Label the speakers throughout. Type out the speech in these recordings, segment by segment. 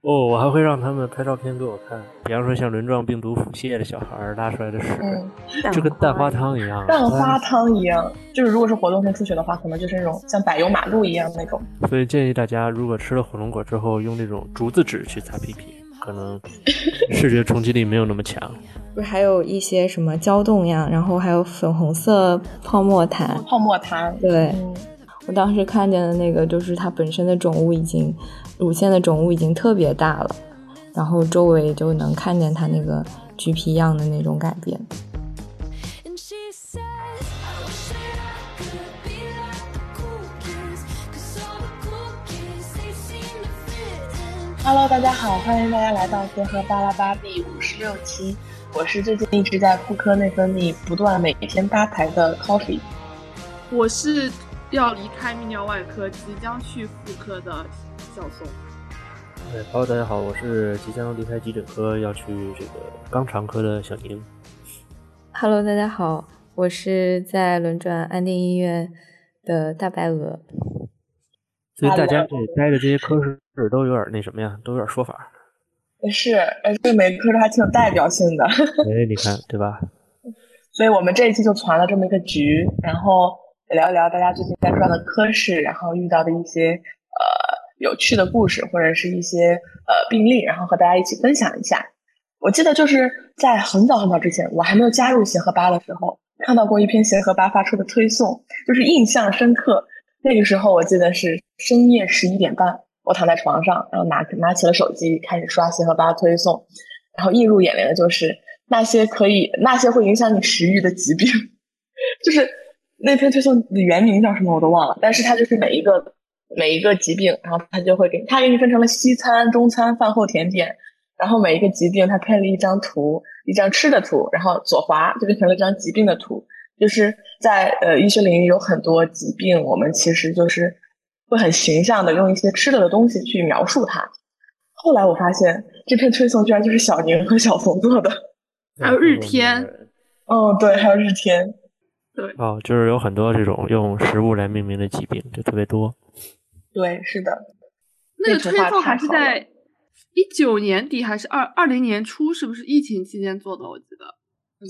Speaker 1: 哦，我还会让他们拍照片给我看，比方说像轮状病毒腹泻的小孩儿拉出来的屎，
Speaker 2: 嗯，
Speaker 1: 就跟蛋花汤一样。
Speaker 2: 蛋花汤一样，就是如果是活动中出血的话，可能就是那种像柏油马路一样那种。
Speaker 1: 所以建议大家，如果吃了火龙果之后，用那种竹子纸去擦屁屁，可能视觉冲击力没有那么强。
Speaker 3: 不是还有一些什么胶冻呀，然后还有粉红色泡沫痰。
Speaker 2: 泡沫糖，
Speaker 3: 对
Speaker 2: 嗯，
Speaker 3: 我当时看见的那个，就是它本身的肿物已经，乳腺的肿物已经特别大了，然后周围就能看见它那个橘皮样的那种改变。
Speaker 4: And she says, I wish that I could be like the cool kids. Cause all the cool kids, they seem to fit in.
Speaker 2: Hello，大家好，欢迎大家来到《结合巴拉巴》第五十六期。我是最近一直在妇科内分泌不断每天搭台的 Coffee。
Speaker 5: 我是要离开泌尿外科，即将去妇科的小松。
Speaker 1: 对，Hello，大家好，我是即将离开急诊科要去这个肛肠科的小宁。
Speaker 3: Hello，大家好，我是在轮转安定医院的大白鹅。
Speaker 1: 所以大家
Speaker 2: Hello
Speaker 1: 对待的这些科室都有点那什么呀，都有点说法。
Speaker 2: 是，而且每个科都还挺有代表性 的，
Speaker 1: 哎，你看对吧？
Speaker 2: 所以我们这一期就攒了这么一个局，然后聊一聊大家最近在转的科室，然后遇到的一些呃有趣的故事或者是一些呃病例，然后和大家一起分享一下。我记得就是在很早很早之前，我还没有加入协和吧的时候，看到过一篇协和吧发出的推送，就是印象深刻。那个时候我记得是深夜十一点半，我躺在床上，然后拿拿起了手机开始刷协和吧推送，然后映入眼帘的就是那些可以那些会影响你食欲的疾病， 就是那篇推送的原名叫什么我都忘了，但是它就是每一个每一个疾病，然后它就会给它给你分成了西餐、中餐、饭后甜点，然后每一个疾病它配了一张图，一张吃的图，然后左滑就变成了一张疾病的图。就是在呃医学领域有很多疾病，我们其实就是会很形象的用一些吃的的东西去描述它。后来我发现这篇推送居然就是小宁和小冯做的。
Speaker 5: 还有日天
Speaker 2: 哦，对，还有日天，
Speaker 1: 哦，就是有很多这种用食物来命名的疾病，就特别多。
Speaker 2: 对，是的，
Speaker 5: 那个
Speaker 2: 图
Speaker 5: 推
Speaker 2: 画
Speaker 5: 送
Speaker 2: 太
Speaker 5: 还是
Speaker 2: 好了
Speaker 5: 在一九年底还是二二零年初，是不是疫情期间做的？我记得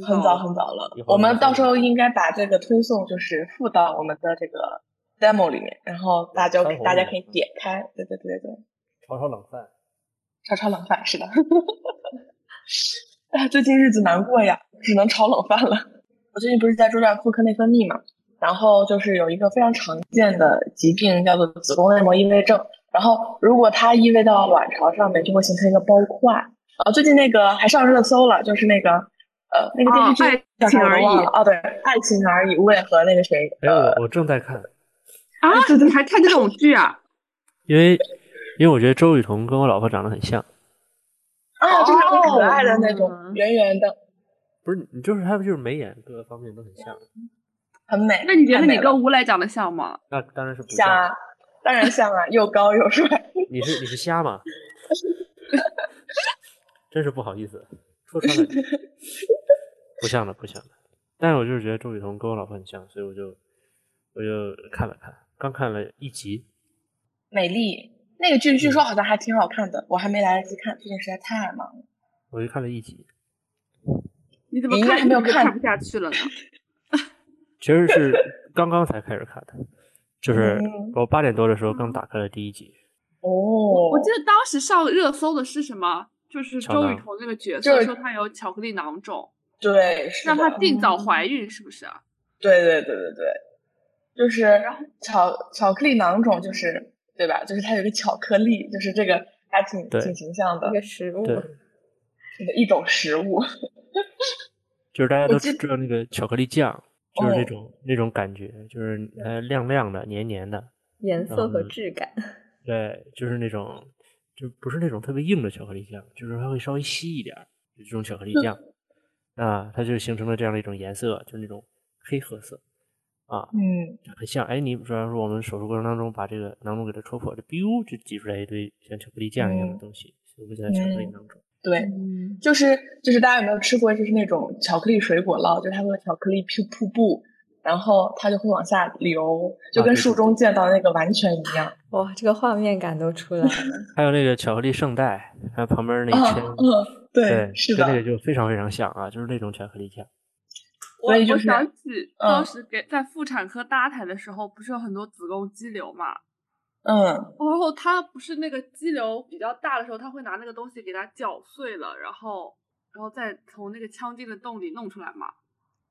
Speaker 2: 很早很早了
Speaker 1: 一会。儿
Speaker 2: 我们
Speaker 1: 再
Speaker 2: 到
Speaker 1: 说
Speaker 2: 时候应该把这个推送就是附到我们的这个 demo 里面，然后大家
Speaker 1: 翻
Speaker 2: 可以
Speaker 1: 红
Speaker 2: 大家
Speaker 1: 的
Speaker 2: 可以点开，对对对对对，
Speaker 1: 炒炒冷饭。
Speaker 2: 炒炒冷饭是的。 啊，最近日子难过呀，只能炒冷饭了。我最近不是在住院妇科内分泌嘛，然后就是有一个非常常见的疾病叫做子宫内膜异位症，然后如果它异位到卵巢上面，就会形成一个包块。啊，最近那个还上热搜了，就是那个呃那个电视剧
Speaker 5: 哦
Speaker 2: 叫啥我都忘了
Speaker 5: 爱情而已
Speaker 2: 哦，对，爱情而已，吴磊和那个谁，
Speaker 1: 哎，
Speaker 2: 呃，
Speaker 1: 我我正在看，
Speaker 5: 啊
Speaker 2: 对对，
Speaker 5: 你还看这种剧啊？
Speaker 1: 因为因为我觉得周雨彤跟我老婆长得很像。
Speaker 2: 啊，就是很可爱的那种
Speaker 5: 哦
Speaker 2: 圆圆的，
Speaker 1: 不是你，就是他们就是眉眼各个方面都很像。
Speaker 2: 很美。
Speaker 5: 那你觉
Speaker 2: 太
Speaker 5: 得
Speaker 2: 美
Speaker 5: 你
Speaker 2: 了
Speaker 5: 跟吴磊长得像吗？
Speaker 1: 那当然是不
Speaker 2: 像
Speaker 1: 像。
Speaker 2: 啊，当然像啊，又高又帅。
Speaker 1: 你是你是瞎吗？ 真是不好意思，戳穿了你。不像的，不像的。但是我就是觉得周雨彤跟我老婆很像，所以我就我就看了看，刚看了一集。
Speaker 2: 美丽那个剧据说好像还挺好看的，我还没来得及看，最近实在太忙了。
Speaker 1: 我就看了一集，
Speaker 5: 你怎么
Speaker 2: 你应该还
Speaker 5: 看
Speaker 2: 没有
Speaker 5: 一集就
Speaker 2: 看
Speaker 5: 看不下去了呢？
Speaker 1: 其实是刚刚才开始看的，就是
Speaker 2: 嗯
Speaker 1: 我八点多的时候刚打开了第一集。
Speaker 2: 哦，
Speaker 5: 我记得当时上热搜的是什么？就是
Speaker 1: 小
Speaker 5: 周雨
Speaker 1: 囊
Speaker 5: 彤那个角
Speaker 2: 就
Speaker 5: 色
Speaker 2: 是
Speaker 5: 说她有巧克力囊肿，
Speaker 2: 对，是
Speaker 5: 让她
Speaker 2: 的嗯
Speaker 5: 尽早怀孕，是不是？啊
Speaker 2: 对对对对对，就是
Speaker 5: 然后
Speaker 2: 巧巧克力囊肿，就是对吧？就是它有一个巧克力，就是这个还挺
Speaker 1: 对
Speaker 2: 挺形象的
Speaker 3: 这个食物，
Speaker 1: 对，
Speaker 2: 一种食物。
Speaker 1: 就是大家都
Speaker 2: 我记
Speaker 1: 知道那个巧克力酱，就是那
Speaker 2: 哦
Speaker 1: 种、那种感觉，就是呃亮亮的、黏黏的，
Speaker 3: 颜色和
Speaker 1: 嗯
Speaker 3: 质感。
Speaker 1: 对，就是那种就不是那种特别硬的巧克力酱，就是它会稍微稀一点儿，就这种巧克
Speaker 2: 嗯
Speaker 1: 力酱啊，它就形成了这样的一种颜色，就是那种黑褐色啊，
Speaker 2: 嗯，
Speaker 1: 很像。哎，你比方说我们手术过程当中把这个囊肿给它戳破，这 biu 就挤出来一堆像巧克力酱一样的
Speaker 2: 嗯
Speaker 1: 东西，所以我们叫巧克力
Speaker 2: 嗯
Speaker 1: 囊肿。
Speaker 2: 对，
Speaker 3: 嗯，
Speaker 2: 就是就是大家有没有吃过就是那种巧克力水果酪，就是它会有巧克力瀑瀑布，然后它就会往下流，就
Speaker 1: 啊
Speaker 2: 跟
Speaker 1: 对
Speaker 2: 树
Speaker 1: 对
Speaker 2: 中见到的那个完全一样。
Speaker 3: 哇，这个画面感都出来了。
Speaker 1: 还有那个巧克力圣代，还有旁边那一
Speaker 2: 啊，
Speaker 1: 圈，
Speaker 2: 嗯，对，是
Speaker 1: 跟那
Speaker 2: 的
Speaker 1: 个，就非常非常像啊，就是那种巧克力酱。
Speaker 5: 我
Speaker 2: 所以就
Speaker 5: 我
Speaker 2: 是
Speaker 5: 想起
Speaker 2: 嗯
Speaker 5: 当时给在妇产科搭台的时候，不是有很多子宫肌瘤嘛？
Speaker 2: 嗯，
Speaker 5: 然后他不是那个肌瘤比较大的时候，他会拿那个东西给它搅碎了，然后然后再从那个腔镜的洞里弄出来嘛。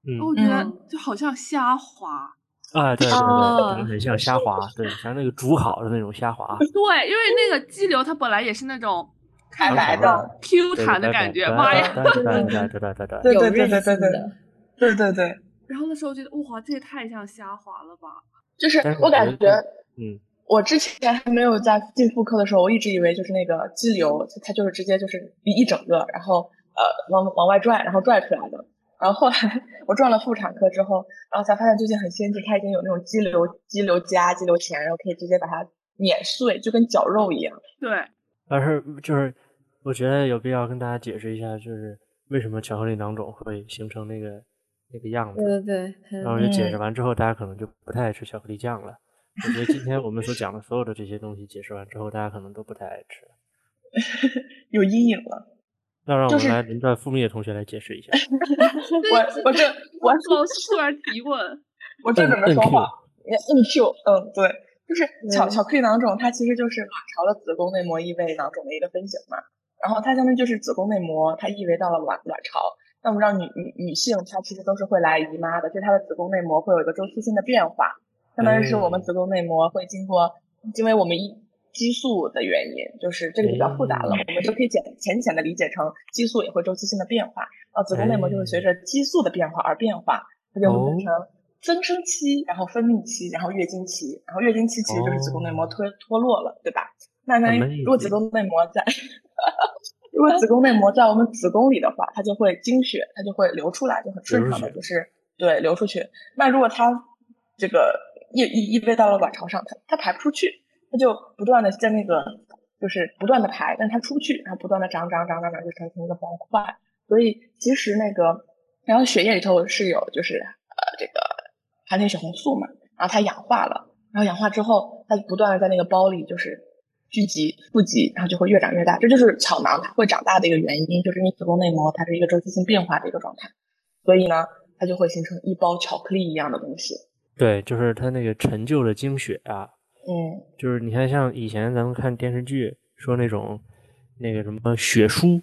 Speaker 1: 嗯
Speaker 5: 我觉得
Speaker 2: 嗯
Speaker 5: 就好像虾滑，
Speaker 1: 啊，对对对，
Speaker 3: 哦
Speaker 1: 长得很像虾滑，对，像那个煮好的那种虾滑，
Speaker 5: 对，因为那个肌瘤它本来也是那种嗯
Speaker 2: 白白
Speaker 1: 长得
Speaker 2: 的，
Speaker 5: Q
Speaker 1: 对
Speaker 5: 弹的感觉，妈 呀！！
Speaker 1: 对 对对对对对对对，
Speaker 2: 对
Speaker 3: 有
Speaker 2: 对对
Speaker 3: 韧
Speaker 2: 对对
Speaker 3: 性
Speaker 2: 对
Speaker 3: 的，
Speaker 2: 对对对，
Speaker 5: 然后那时候觉得哇，这也太像虾滑了吧？
Speaker 2: 就是
Speaker 1: 但是
Speaker 2: 我
Speaker 1: 我
Speaker 2: 感
Speaker 1: 觉得
Speaker 2: 觉
Speaker 1: 这嗯，
Speaker 2: 我之前还没有在进妇科的时候，我一直以为就是那个肌瘤，它它就是直接就是一一整个，然后呃往往外拽，然后拽出来的。然后后来我转了妇产科之后，然后才发现最近很先进，它已经有那种肌瘤、肌瘤夹、肌瘤钳，然后可以直接把它碾碎，就跟绞肉一样。
Speaker 5: 对，
Speaker 1: 但是就是我觉得有必要跟大家解释一下，就是为什么巧克力囊肿会形成那个那个样子。
Speaker 3: 对对对，
Speaker 1: 然后
Speaker 3: 嗯
Speaker 1: 就解释完之后，大家可能就不太爱吃巧克力酱了。我觉得今天我们所讲的所有的这些东西解释完之后，大家可能都不太爱吃。
Speaker 2: 有阴影了。
Speaker 1: 那让我
Speaker 2: 就
Speaker 1: 们
Speaker 2: 是
Speaker 1: 来轮到傅密的同学来解释 一下。
Speaker 2: 我我这 我
Speaker 5: 老师突然提问，
Speaker 2: 我正准备
Speaker 1: 摁
Speaker 2: 说话
Speaker 1: Q，
Speaker 2: 摁 Q，嗯，对，就是巧
Speaker 3: 嗯
Speaker 2: 巧克力囊肿，它其实就是卵巢的子宫内膜异位囊肿的一个分型嘛。然后它相当于就是子宫内膜，它异位到了卵卵巢。那我们知道女女女性她其实都是会来姨妈的，就是她的子宫内膜会有一个周期性的变化，相当于是我
Speaker 1: 嗯
Speaker 2: 们子宫内膜会经过，因为我们一激素的原因，就是这个比较复杂了，
Speaker 1: 嗯
Speaker 2: 我们就可以简浅浅的理解成激素也会周期性的变化，然后子宫内膜就会
Speaker 1: 嗯
Speaker 2: 随着激素的变化而变化，它就
Speaker 1: 哦
Speaker 2: 会分成增生期，然后分泌期，然后月经期，然后月经期其实就是子宫内膜
Speaker 1: 哦
Speaker 2: 脱脱落了，对吧？那那
Speaker 1: Amazing
Speaker 2: 如果子宫内膜在，如果子宫内膜在我们子宫里的话，它就会经血，它就会流出来，就很顺
Speaker 1: 流出
Speaker 2: 畅的，
Speaker 1: 去
Speaker 2: 就是对流出去。那如果它这个异异异位到了卵巢上，它它排不出去，它就不断的在那个就是不断的排，但是它出不去，然后不断的长长长长长，就成成一个方块。所以其实那个，然后血液里头是有就是呃这个含铁血红素嘛，然后它氧化了，然后氧化之后，它就不断的在那个包里就是聚集、富集，然后就会越长越大。这就是巧囊它会长大的一个原因，就是因为子宫内膜它是一个周期性变化的一个状态，所以呢，它就会形成一包巧克力一样的东西。
Speaker 1: 对，就是它那个陈旧的经血啊，
Speaker 2: 嗯，
Speaker 1: 就是你看，像以前咱们看电视剧说那种那个什么血书，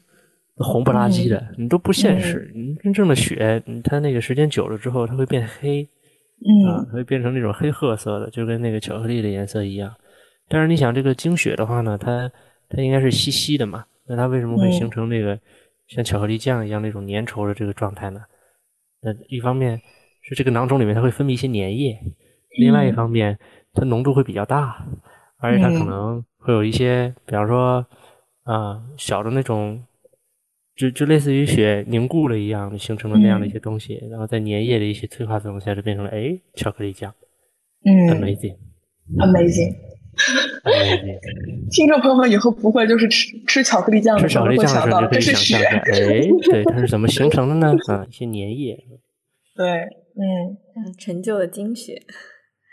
Speaker 1: 红不拉几的，你都不现实。你真正的血，你它那个时间久了之后，它会变黑，
Speaker 2: 嗯
Speaker 1: 啊，它会变成那种黑褐色的，就跟那个巧克力的颜色一样。但是你想，这个精血的话呢，它它应该是稀稀的嘛，那它为什么会形
Speaker 2: 嗯
Speaker 1: 成那个像巧克力酱一样那种粘稠的这个状态呢？那一方面是这个囊肿里面它会分泌一些粘液，另外一
Speaker 2: 嗯
Speaker 1: 方面它浓度会比较大，而且它可
Speaker 2: 嗯
Speaker 1: 能会有一些，比方说啊、小的那种，就就类似于血凝固了一样形成的那样的一些东
Speaker 2: 嗯
Speaker 1: 西，然后在粘液的一些催化作用下就变成了哎巧克力酱
Speaker 2: 嗯
Speaker 1: ，amazing
Speaker 2: ，amazing。
Speaker 1: 嗯 amazing。
Speaker 2: 嗯听众朋友们以后不会就是吃吃巧克力酱
Speaker 1: 吃
Speaker 2: 的时
Speaker 1: 巧
Speaker 2: 候
Speaker 1: 克力
Speaker 2: 会
Speaker 1: 酱的
Speaker 2: 想
Speaker 1: 时候，
Speaker 2: 到
Speaker 1: 你就可
Speaker 2: 这
Speaker 1: 以
Speaker 2: 是
Speaker 1: 想
Speaker 2: 血
Speaker 1: 象一，下，哎，对，它是怎么形成的呢？啊，一些粘液，
Speaker 2: 对，嗯，
Speaker 3: 嗯陈旧的经血，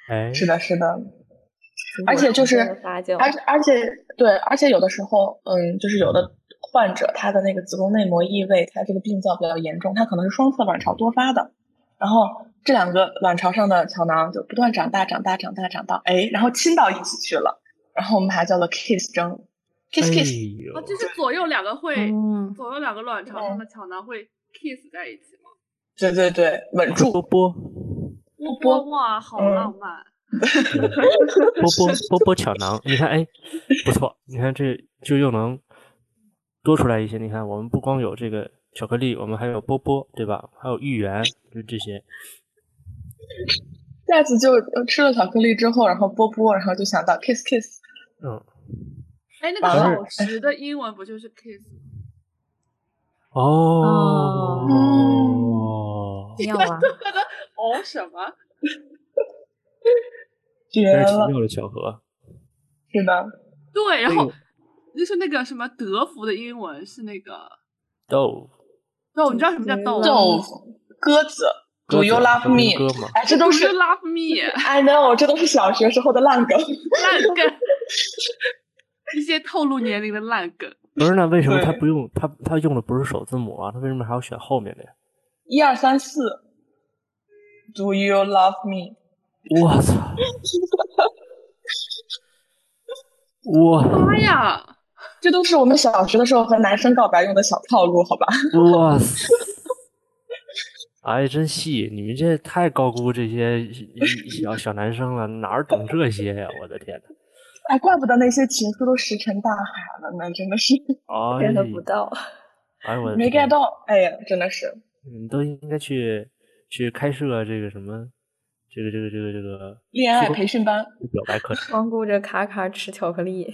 Speaker 1: 哎，
Speaker 2: 是的，是的。
Speaker 3: 经
Speaker 2: 而
Speaker 3: 过
Speaker 2: 且就
Speaker 3: 长时
Speaker 2: 是
Speaker 3: 间的发酵，
Speaker 2: 而且而且对，而且有的时候，嗯，就是有的患者他的那个子宫内膜异位，他这个病灶比较严重，他可能是双侧卵巢多发的，然后这两个卵巢上的胶囊就不断长大、长大、长大、长大，哎，然后亲到一起去了，然后我们把它叫做 kiss 针，kiss kiss，、
Speaker 1: 哎呦
Speaker 5: 哦，就是左右两个会，
Speaker 3: 嗯，
Speaker 5: 左右两个卵巢
Speaker 2: 嗯
Speaker 5: 上的巧囊会 kiss 在一起吗？
Speaker 2: 对对对，稳住，
Speaker 1: 波波
Speaker 5: 波
Speaker 2: 波
Speaker 5: 哇，好
Speaker 2: 嗯
Speaker 5: 浪漫！
Speaker 1: 波波波波巧囊，你看，哎，不错，你看这就又能多出来一些。你看，我们不光有这个巧克力，我们还有波波，对吧？还有芋圆，就这些。
Speaker 2: 下次就呃吃了巧克力之后，然后波波，然后就想到 kiss kiss，
Speaker 1: 嗯，
Speaker 5: 哎，那个
Speaker 2: 反而
Speaker 5: 好时的英文不就是 kiss？吗
Speaker 1: 哦，
Speaker 5: 嗯
Speaker 3: 妙 啊！
Speaker 5: 哦，什么？
Speaker 2: 绝
Speaker 1: 真是奇
Speaker 2: 了，
Speaker 1: 妙的巧合。
Speaker 2: 是的，
Speaker 5: 对，然后
Speaker 1: 哎
Speaker 5: 就是那个什么德芙的英文是那个
Speaker 1: 豆
Speaker 5: 豆，你知道什么叫
Speaker 3: 嗯
Speaker 5: 豆吗？
Speaker 2: 豆腐鸽子，
Speaker 1: 鸽
Speaker 2: Do you
Speaker 1: 子
Speaker 2: love
Speaker 1: 不是一
Speaker 2: me？
Speaker 1: 个歌吗？
Speaker 2: 哎，这都是
Speaker 5: love me
Speaker 2: I know，这都是小学时候的烂梗。
Speaker 5: 烂梗，一些透露年龄的烂梗。
Speaker 1: 不是，那为什么他
Speaker 2: 对
Speaker 1: 不用他他用的不是首字母啊？他为什么还要选后面的 呀？
Speaker 2: 一二三四，Do you love me？
Speaker 1: 我 操！我
Speaker 5: 妈呀，
Speaker 2: 这都是我们小学的时候和男生告白用的小套路，好吧？
Speaker 1: 我塞！ 哎，真细！你们这太高估这些小小男生了，哪儿懂这些呀？我的天哪！
Speaker 2: 哎，怪不得那些情书都石沉大海了呢，真的是
Speaker 1: 哎
Speaker 3: get 不到。
Speaker 1: 哎，我的
Speaker 2: 没
Speaker 1: 天
Speaker 2: get 到。哎呀，真的是，
Speaker 1: 你都应该去去开设这个什么，这个这个这个这个
Speaker 2: 恋爱培训班，
Speaker 1: 表白课程。
Speaker 3: 光顾着咔咔吃巧克力，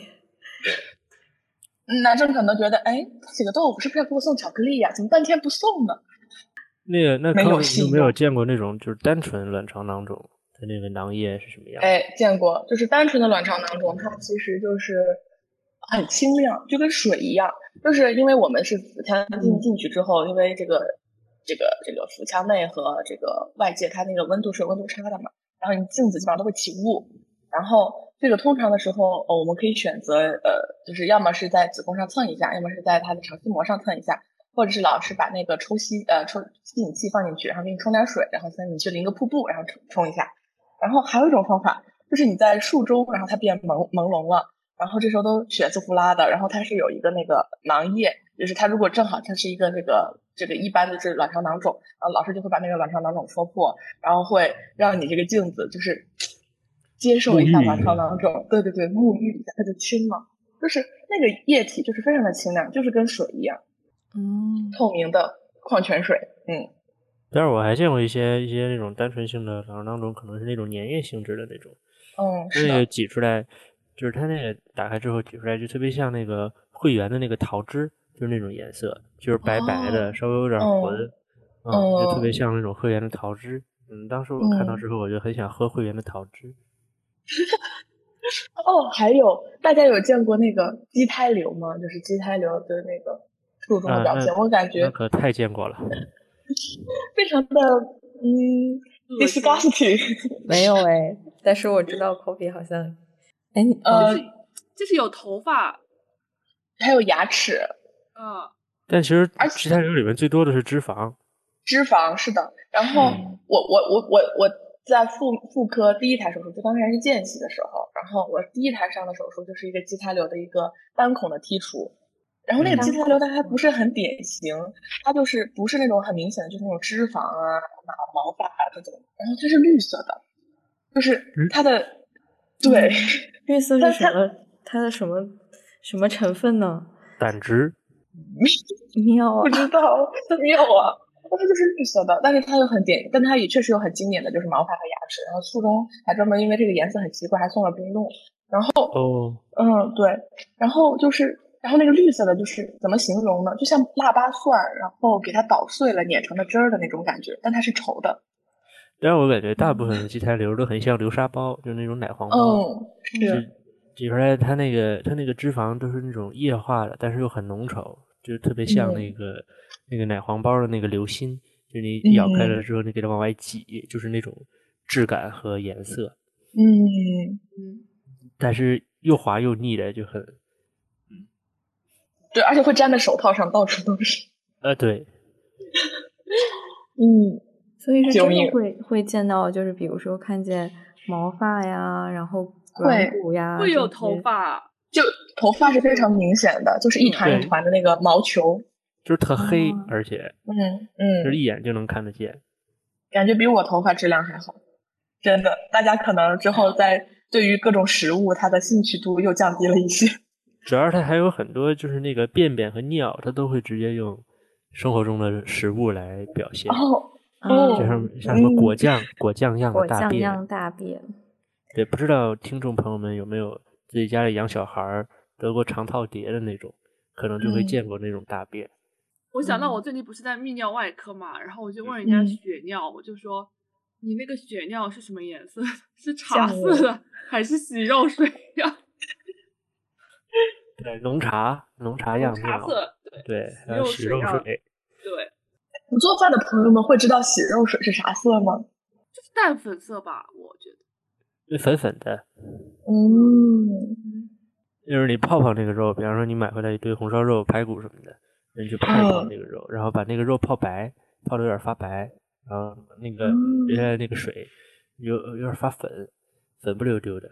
Speaker 2: 嗯男生可能觉得，哎，他写个豆腐是不是要给我送巧克力呀、怎么半天不送呢？
Speaker 1: 那个那
Speaker 2: 没
Speaker 1: 康
Speaker 2: 有
Speaker 1: 你
Speaker 2: 信
Speaker 1: 有没有
Speaker 2: 用
Speaker 1: 见过那种就是单纯卵巢囊肿它那个囊液是什么样？
Speaker 2: 哎，见过，就是单纯的卵巢囊肿，它其实就是很清亮，就跟水一样。就是因为我们是腹腔镜进去之后，因为这个这个这个腹腔内和这个外界它那个温度是有温度差的嘛，然后你镜子基本上都会起雾，然后这个通常的时候，呃，我们可以选择呃，就是要么是在子宫上蹭一下，要么是在它的肠系膜上蹭一下，或者是老师把那个抽吸呃抽吸引器放进去，然后给你冲点水，然后再你去淋个瀑布，然后冲冲一下。然后还有一种方法，就是你在术中，然后它变朦朦胧了，然后这时候都血丝呼啦的，然后它是有一个那个囊液，就是它如果正好它是一个这个这个一般的这卵巢囊肿，然后老师就会把那个卵巢囊肿戳破，然后会让你这个镜子就是接受一下
Speaker 1: 沐浴
Speaker 2: 卵巢
Speaker 1: 一下
Speaker 2: 囊肿，对对对，沐浴一下它就清了，就是那个液体就是非常的清亮，就是跟水一样，
Speaker 3: 嗯，
Speaker 2: 透明的矿泉水，嗯。
Speaker 1: 但是我还见过一些一些那种单纯性的卵巢囊肿，可能是那种粘液性质的那种，
Speaker 2: 嗯，是
Speaker 1: 那
Speaker 2: 的
Speaker 1: 个，挤出来就是它那个打开之后挤出来就特别像那个会员的那个桃汁，就是那种颜色，就是白白的，
Speaker 2: 哦
Speaker 1: 稍微有点浑，嗯就特别
Speaker 2: 嗯
Speaker 1: 像那种会员的桃汁。嗯，当时我看到之后，我就很想喝会员的桃汁。
Speaker 2: 哦，还有大家有见过那个畸胎瘤吗？就是畸胎瘤的那个术中的
Speaker 1: 啊
Speaker 2: 表
Speaker 1: 那
Speaker 2: 现，我感
Speaker 1: 那
Speaker 2: 觉
Speaker 1: 可太见 过了。
Speaker 2: 非常的嗯
Speaker 5: 恶心
Speaker 2: disgusting。
Speaker 3: 没有哎， 但是我知道 Kobe 好像，哎，你
Speaker 2: 呃，
Speaker 5: 就是有头发，
Speaker 2: 还有牙齿、
Speaker 5: 嗯，
Speaker 1: 但其实
Speaker 2: 而且
Speaker 1: 其他瘤里面最多的是脂肪。
Speaker 2: 脂肪，是的。然后我我我我我在妇妇科第一台手术，就当时还是见习的时候，然后我第一台上的手术就是一个畸胎瘤的一个单孔的剔除。然后那
Speaker 1: 嗯
Speaker 2: 个畸胎瘤它还不是很典型，它就是不是那种很明显的，就是那种脂肪啊、毛毛发啊这种，然后它是绿色的，就是
Speaker 1: 嗯
Speaker 2: 它的、对，
Speaker 3: 绿色
Speaker 2: 但
Speaker 3: 是什
Speaker 2: 它
Speaker 3: 么？它的什么什么成分呢？
Speaker 1: 胆汁，
Speaker 3: 妙啊
Speaker 2: 不！知 道，没有啊。但它就是绿色的，但是它又很典，但它也确实有很经典的就是毛发和牙齿。然后初中还专门因为这个颜色很奇怪，还送了冰冻。
Speaker 1: 哦，
Speaker 2: 嗯，对。然后就是，然后那个绿色的，就是怎么形容呢？就像腊八蒜，然后给它捣碎了碾成了汁儿的那种感觉，但它是稠的。
Speaker 1: 但是我感觉大部分的畸胎瘤都很像流沙包，就是那种奶黄包，
Speaker 2: 嗯，是，
Speaker 1: 挤出来它那个它那个脂肪都是那种液化的，但是又很浓稠，就是特别像
Speaker 3: 嗯
Speaker 1: 那个、那个奶黄包的那个流心，就是你咬开
Speaker 3: 嗯
Speaker 1: 了之后，你给它往外挤，就是那种质感和颜色，
Speaker 2: 嗯，
Speaker 1: 但是又滑又腻的，就很
Speaker 2: 对，而且会粘在手套上，到处都是。
Speaker 1: 呃对，
Speaker 2: 嗯，
Speaker 3: 所以是
Speaker 2: 救
Speaker 3: 真的
Speaker 2: 命
Speaker 3: 会会见到，就是比如说看见毛发呀，然后软
Speaker 2: 会
Speaker 3: 骨呀，
Speaker 5: 会有
Speaker 3: 这
Speaker 5: 头
Speaker 3: 些。
Speaker 5: 发，
Speaker 2: 就头发是非常明显的，就是一团一
Speaker 1: 对
Speaker 2: 团的那个毛球。
Speaker 1: 就是特黑，
Speaker 3: 哦
Speaker 1: 而且
Speaker 2: 嗯
Speaker 1: 就
Speaker 2: 嗯
Speaker 1: 是，一眼就能看得见。
Speaker 2: 感觉比我头发质量还好，真的。大家可能之后在对于各种食物，它的兴趣度又降低了一些。
Speaker 1: 主要是它还有很多就是那个便便和尿，它都会直接用生活中的食物来表现，
Speaker 2: 哦，
Speaker 3: 啊
Speaker 1: 就像像什么果酱、果酱样
Speaker 3: 果
Speaker 1: 的大
Speaker 3: 酱
Speaker 1: 便。
Speaker 3: 样大便，
Speaker 1: 对，不知道听众朋友们有没有自己家里养小孩儿得过肠套叠的那种，可能就会
Speaker 2: 嗯
Speaker 1: 见过那种大便。
Speaker 5: 我想到
Speaker 3: 嗯
Speaker 5: 我最近不是在泌尿外科嘛，然后我就问人家
Speaker 2: 嗯
Speaker 5: 血尿，我就说你那个血尿是什么颜色？ 是
Speaker 2: 酱
Speaker 5: 茶色的还是洗肉水呀？
Speaker 1: 对，浓茶浓茶
Speaker 5: 红
Speaker 1: 样
Speaker 5: 茶
Speaker 1: 尿，哎
Speaker 5: 色，对
Speaker 1: 对，还有
Speaker 5: 洗肉
Speaker 1: 洗
Speaker 5: 水
Speaker 1: 肉
Speaker 5: 样
Speaker 1: 水，
Speaker 5: 对，
Speaker 2: 不做饭的朋友们会知道洗肉水是啥色吗？
Speaker 5: 就是淡粉色吧，我觉得。
Speaker 1: 就粉粉的。
Speaker 2: 嗯，
Speaker 5: 嗯，
Speaker 1: 就是你泡泡那个肉，比方说你买回来一堆红烧肉、排骨什么的，你去泡一泡
Speaker 2: 嗯
Speaker 1: 那个肉，然后把那个肉泡白，泡的有点发白，然后那个
Speaker 2: 嗯
Speaker 1: 留下来那个水有有点发粉，粉不溜丢的。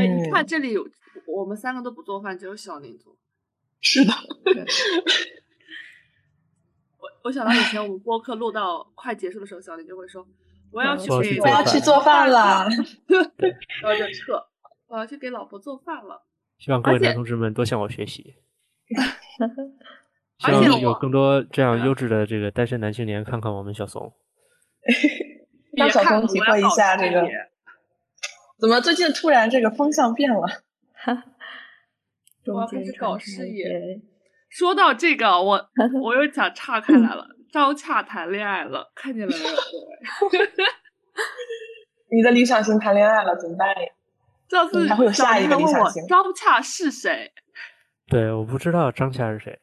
Speaker 5: 哎，
Speaker 2: 嗯
Speaker 5: 你看这里有我们三个都不做饭，只有小林做。
Speaker 2: 是的，
Speaker 5: 我我想到以前我们播客录到快结束的时候，小林就会说：“我要去
Speaker 1: 我要
Speaker 5: 给
Speaker 1: 去
Speaker 2: 我
Speaker 1: 做
Speaker 2: 要
Speaker 1: 饭
Speaker 2: 去做饭 啦。
Speaker 5: 然后就撤。我要去给老婆做饭了。
Speaker 1: 希望各位
Speaker 5: 而且
Speaker 1: 男同志们多向我学习，希
Speaker 5: 而且
Speaker 1: 望有
Speaker 5: 我
Speaker 1: 更多这样优质的这个单身男青年看看我们小怂。
Speaker 5: 别
Speaker 2: 让小
Speaker 5: 看
Speaker 2: 东体
Speaker 5: 我要
Speaker 2: 会一
Speaker 5: 搞
Speaker 2: 下这
Speaker 5: 事
Speaker 2: 个
Speaker 5: 业
Speaker 2: 怎么最近突然这个风向变了？
Speaker 5: 我要
Speaker 3: 中
Speaker 5: 开
Speaker 3: 间
Speaker 5: 始搞
Speaker 3: 穿插
Speaker 5: 事
Speaker 3: 一
Speaker 5: 业
Speaker 3: 些
Speaker 5: 说到这 个，我我又想岔开来
Speaker 2: 嗯
Speaker 5: 了。张恰谈恋爱了，看见了没有？各位，
Speaker 2: 你的理想型谈恋爱了怎么办呀？
Speaker 5: 上次
Speaker 2: 嗯还会有
Speaker 5: 小
Speaker 2: 下一
Speaker 5: 林
Speaker 2: 个
Speaker 5: 还
Speaker 2: 理
Speaker 5: 问
Speaker 2: 想
Speaker 5: 我
Speaker 2: 型
Speaker 5: 张恰是谁？
Speaker 1: 对，我不知道张夏是谁，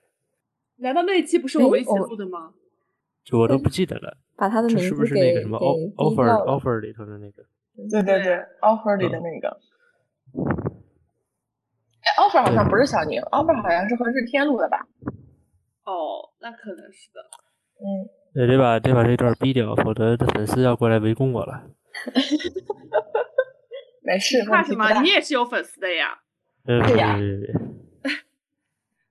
Speaker 5: 难道那一期不是我
Speaker 3: 哎
Speaker 5: 们一起
Speaker 3: 我
Speaker 5: 录的吗？
Speaker 1: 就我都不记得了。
Speaker 3: 把他的
Speaker 1: 这
Speaker 3: 名
Speaker 1: 是
Speaker 3: 字
Speaker 1: 不
Speaker 3: 给
Speaker 1: 是那个什么
Speaker 3: 给
Speaker 1: o-
Speaker 3: 低调
Speaker 1: offer
Speaker 3: 了
Speaker 1: offer 里头的那个？
Speaker 2: 对对
Speaker 5: 对
Speaker 2: 对，offer 里的那个。哎，offer 好像不是小宁，offer 好像是和日天录的吧？
Speaker 5: 哦，那可能是的。
Speaker 2: 嗯，
Speaker 1: 对，得把得把这段逼掉，否则的粉丝要过来围攻我了。
Speaker 2: 没事，
Speaker 5: 怕
Speaker 2: 问
Speaker 5: 什
Speaker 2: 题不
Speaker 5: 么？
Speaker 2: 大
Speaker 5: 你。也是有粉丝的呀。
Speaker 1: 呃，
Speaker 2: 对
Speaker 1: 别
Speaker 2: 呀
Speaker 1: 别别别，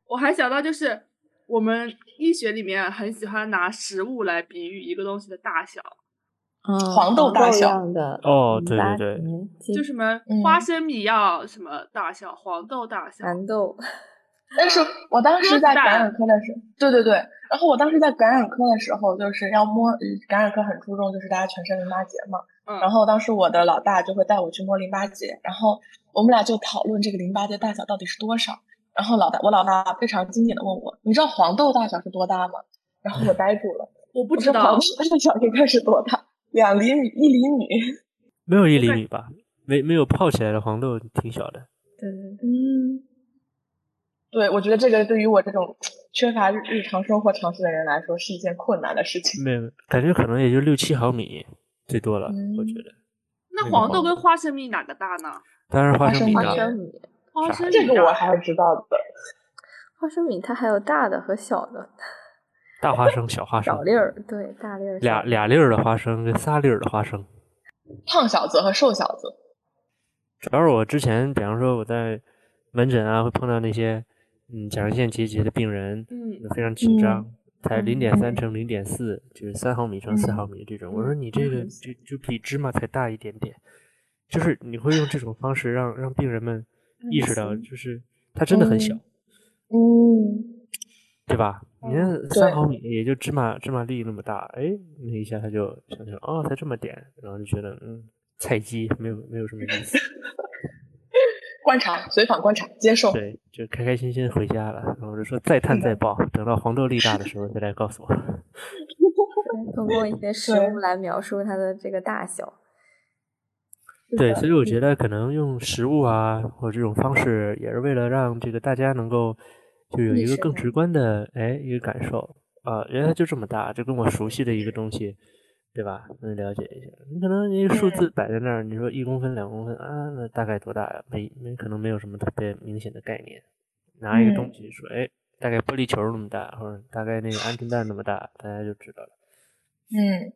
Speaker 5: 我还想到就是我们医学里面很喜欢拿食物来比喻一个东西的大小，
Speaker 3: 嗯，
Speaker 2: 黄豆大小
Speaker 3: 样的
Speaker 1: 哦
Speaker 3: 嗯
Speaker 1: 对对
Speaker 3: 拉
Speaker 1: 对
Speaker 3: 皮鸡
Speaker 5: 就什么
Speaker 2: 嗯
Speaker 5: 花生米要什么大小，黄豆大小，
Speaker 3: 蚕豆，
Speaker 2: 但是我当时在
Speaker 5: 嗯鸽子蛋
Speaker 2: 感染科的时候，对对对，然后我当时在感染科的时候，就是要摸，嗯感染科很注重就是大家全身淋巴结嘛，
Speaker 5: 嗯，
Speaker 2: 然后当时我的老大就会带我去摸淋巴结，然后我们俩就讨论这个淋巴结大小到底是多少。然后老大，我老大非常经典的问我，你知道黄豆大小是多大吗？然后我呆住了，
Speaker 5: 我不
Speaker 2: 我
Speaker 5: 知
Speaker 2: 说
Speaker 5: 道
Speaker 2: 黄，豆大小应该是多大？两厘米，一厘米。
Speaker 1: 没有一厘米吧？没没有泡起来的黄豆挺小的。
Speaker 3: 对对对，
Speaker 2: 嗯，对，我觉得这个对于我这种缺乏日日常生活常识的人来说是一件困难的事情。
Speaker 1: 没有，感觉可能也就六七毫米最多了，我觉
Speaker 2: 嗯
Speaker 1: 得。
Speaker 5: 那
Speaker 1: 那个
Speaker 5: 黄豆
Speaker 1: 黄
Speaker 5: 跟花生米哪个大呢？
Speaker 1: 当然花
Speaker 2: 花
Speaker 1: 生
Speaker 2: 生
Speaker 1: 米大
Speaker 2: 米
Speaker 3: 花
Speaker 2: 呢
Speaker 1: 了，
Speaker 3: 生米，
Speaker 5: 花
Speaker 1: 啥
Speaker 5: 生
Speaker 2: 这
Speaker 5: 米
Speaker 2: 个我
Speaker 5: 大，
Speaker 2: 还是知道的。
Speaker 3: 花生米它还有大的和小的，
Speaker 1: 大花生、小花生
Speaker 3: 小，粒儿，对，大粒儿，
Speaker 1: 俩
Speaker 3: 小粒儿
Speaker 1: 俩粒儿的花生跟仨粒儿的花生。
Speaker 2: 胖小子和瘦小子，
Speaker 1: 主要是我之前，比方说我在门诊啊，会碰到那些嗯甲状腺结节的病人，
Speaker 5: 嗯，
Speaker 1: 非常紧张，才
Speaker 3: 嗯
Speaker 1: 零点三乘零点四，就是三毫米乘四毫米这种。我说你这个就就比芝麻才大一点点，就是你会用这种方式让让病人们意识到，
Speaker 3: 嗯
Speaker 1: 就是它真的很小，
Speaker 2: 嗯，
Speaker 1: 对吧？你看三毫米也就芝麻芝麻粒那么大，哎，那一下他就想想哦，才这么点，然后就觉得嗯，菜鸡没有没有什么意思，
Speaker 2: 观察，随访观察，接受。
Speaker 1: 对，就开开心心回家了。然后我就说再探再报，等到黄豆粒大的时候再来告诉我。
Speaker 3: 对通过一些食
Speaker 2: 对
Speaker 3: 物来描述它的这个大小。
Speaker 1: 对，所以我觉得可能用食物啊，或者这种方式，也是为了让这个大家能够就有一
Speaker 3: 意
Speaker 1: 个
Speaker 3: 识
Speaker 1: 更
Speaker 3: 到
Speaker 1: 直观的哎一个感受啊，原来就这么大，就跟我熟悉的一个东西，对吧？能了解一下。你可能一个数字摆在那儿，你说一公分、两公分啊，那大概多大呀？没没可能没有什么特别明显的概念。拿一个东
Speaker 2: 嗯
Speaker 1: 西说，哎，大概玻璃球那么大，或者大概那个鹌鹑蛋那么大，大家就知道了。
Speaker 2: 嗯，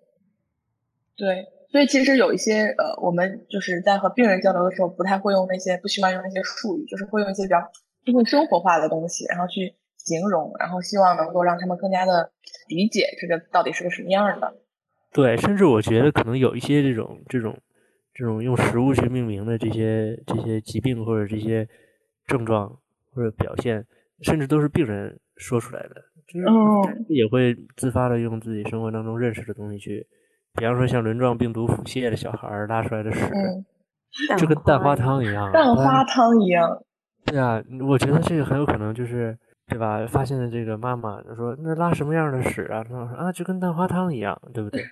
Speaker 2: 对，所以其实有一些呃，我们就是在和病人交流的时候，不太会用那些不喜欢用那些术语，就是会用一些比较接近生活化的东西，然后去形容，然后希望能够让他们更加的理解这个到底是个什么样儿的。
Speaker 1: 对，甚至我觉得可能有一些这种这种这种用食物去命名的这些这些疾病或者这些症状或者表现，甚至都是病人说出来的，就是
Speaker 2: 哦
Speaker 1: 也会自发的用自己生活当中认识的东西去，比方说像轮状病毒腹泻的小孩儿拉出来的屎，
Speaker 2: 嗯，
Speaker 1: 就跟蛋花
Speaker 3: 呀
Speaker 1: 汤一样，啊大
Speaker 2: 蛋
Speaker 1: 家
Speaker 2: 花汤一样。
Speaker 1: 对啊，我觉得这个很有可能就是，对吧？发现了这个妈妈就说那拉什么样的屎啊？然后说啊，就跟蛋花汤一样，对不对？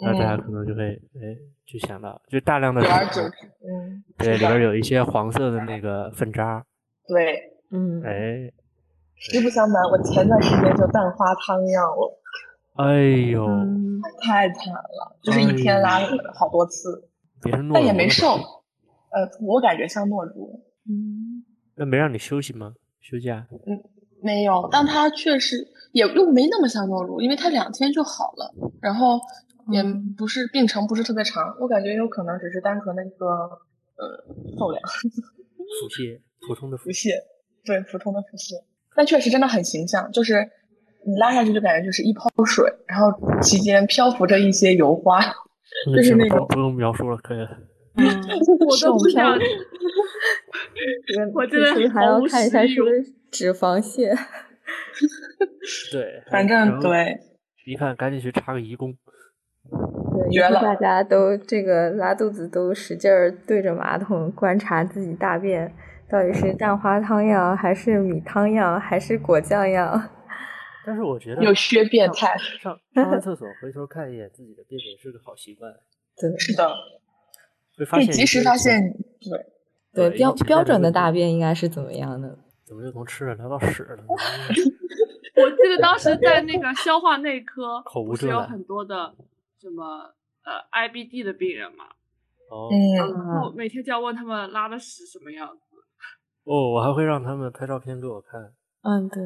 Speaker 1: 然后大家
Speaker 2: 嗯
Speaker 1: 可能就会哎，就想到就大量的
Speaker 2: 久而
Speaker 1: 屎
Speaker 2: 久
Speaker 1: 嘛
Speaker 2: 之，嗯，
Speaker 1: 对
Speaker 2: 是
Speaker 1: 里边
Speaker 2: 的
Speaker 1: 有一些黄色的那个粪渣，
Speaker 2: 对，
Speaker 3: 嗯，
Speaker 1: 哎
Speaker 2: 实不相瞒，我前段时间就蛋花汤一样，我
Speaker 1: 哎呦，
Speaker 3: 嗯
Speaker 2: 太惨了，就是一天
Speaker 1: 哎
Speaker 2: 拉了好多次，
Speaker 1: 别是懦弱，
Speaker 2: 但也没瘦。，呃，我感觉像诺如，
Speaker 3: 嗯
Speaker 1: 那没让你休息吗？休假？
Speaker 2: 没有，但他确实也又没那么像诺如，因为他两天就好了，然后也
Speaker 3: 嗯
Speaker 2: 不是病程不是特别长，我感觉有可能只是单纯的一个呃受凉
Speaker 1: 腹泻，普通的腹
Speaker 2: 腹。泻，对，普通的腹泻，但确实真的很形象，就是你拉下去就感觉就是一泡水，然后其间漂浮着一些油花，就是那种
Speaker 1: 不不用描述了，可以了。
Speaker 5: 我都不想， 我真的
Speaker 3: 所以还要
Speaker 5: 毫无
Speaker 3: 看一下
Speaker 5: 食欲
Speaker 3: 是不是脂肪泻。
Speaker 1: 对，
Speaker 2: 反
Speaker 1: 然
Speaker 2: 正
Speaker 1: 后
Speaker 2: 对，
Speaker 1: 一看赶紧去插个移工，
Speaker 3: 对，
Speaker 2: 绝
Speaker 3: 以后
Speaker 2: 了
Speaker 3: 大家都这个拉肚子都使劲儿对着马桶观察自己大便到底是蛋花汤样，还是米汤样，还是果酱样。
Speaker 1: 但是我觉得
Speaker 2: 有薛变态，
Speaker 1: 上上完厕所回头看一眼自己的便便是个好习惯，
Speaker 3: 对
Speaker 2: 是的，
Speaker 1: 会发
Speaker 2: 可以
Speaker 1: 现
Speaker 2: 及时
Speaker 1: 你
Speaker 2: 发
Speaker 1: 以前
Speaker 2: 现，对，
Speaker 1: 对
Speaker 3: 对，标
Speaker 1: 以前
Speaker 3: 标
Speaker 1: 在这
Speaker 3: 准的
Speaker 1: 个
Speaker 3: 大便应该是怎么样的？
Speaker 1: 怎么就从吃了聊到屎了？
Speaker 5: 我记得当时在那个消化内科，
Speaker 1: 口无
Speaker 5: 不是
Speaker 1: 遮
Speaker 5: 有
Speaker 1: 拦
Speaker 5: 很多的什么呃 IBD 的病人嘛，
Speaker 1: 哦
Speaker 2: 嗯，
Speaker 5: 然后每天就要问他们拉的屎什么样子。
Speaker 1: 哦，我还会让他们拍照片给我看，
Speaker 3: 嗯，对，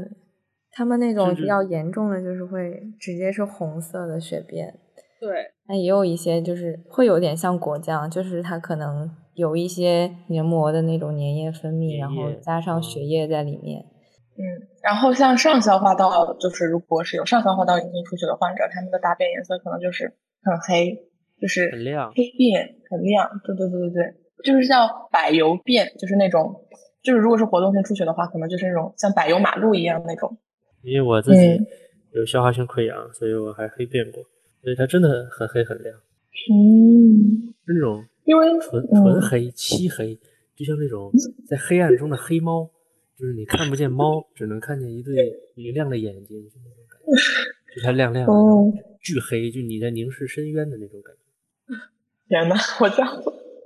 Speaker 3: 他们那种
Speaker 1: 甚至
Speaker 3: 比较严重的就是会直接是红色的血便，
Speaker 5: 对，
Speaker 3: 那也有一些就是会有点像果酱，就是它可能有一些黏膜的那种粘液分泌，
Speaker 1: 粘
Speaker 3: 然后
Speaker 1: 液
Speaker 3: 加上
Speaker 1: 嗯
Speaker 3: 血液在里面。
Speaker 2: 嗯，然后像上消化道，就是如果是有上消化道隐性出血的患者，他们的大便颜色可能就是很黑，就是
Speaker 1: 很亮
Speaker 2: 黑便很亮，对对对对对，就是叫柏油便，就是那种，就是如果是活动性出血的话，可能就是那种像柏油马路一样那种。
Speaker 1: 因为我自己
Speaker 2: 嗯
Speaker 1: 有消化性溃疡，所以我还黑便过，所以它真的很黑很亮，
Speaker 2: 嗯，
Speaker 1: 是那种
Speaker 2: 因为
Speaker 1: 纯
Speaker 2: 嗯
Speaker 1: 纯黑漆黑，就像那种在黑暗中的黑猫，就是你看不见猫，只能看见一对明亮的眼睛，就那种感觉，就它亮亮的，
Speaker 2: 哦
Speaker 1: 巨黑，就你在凝视深渊的那种感觉。
Speaker 2: 天呐，我这样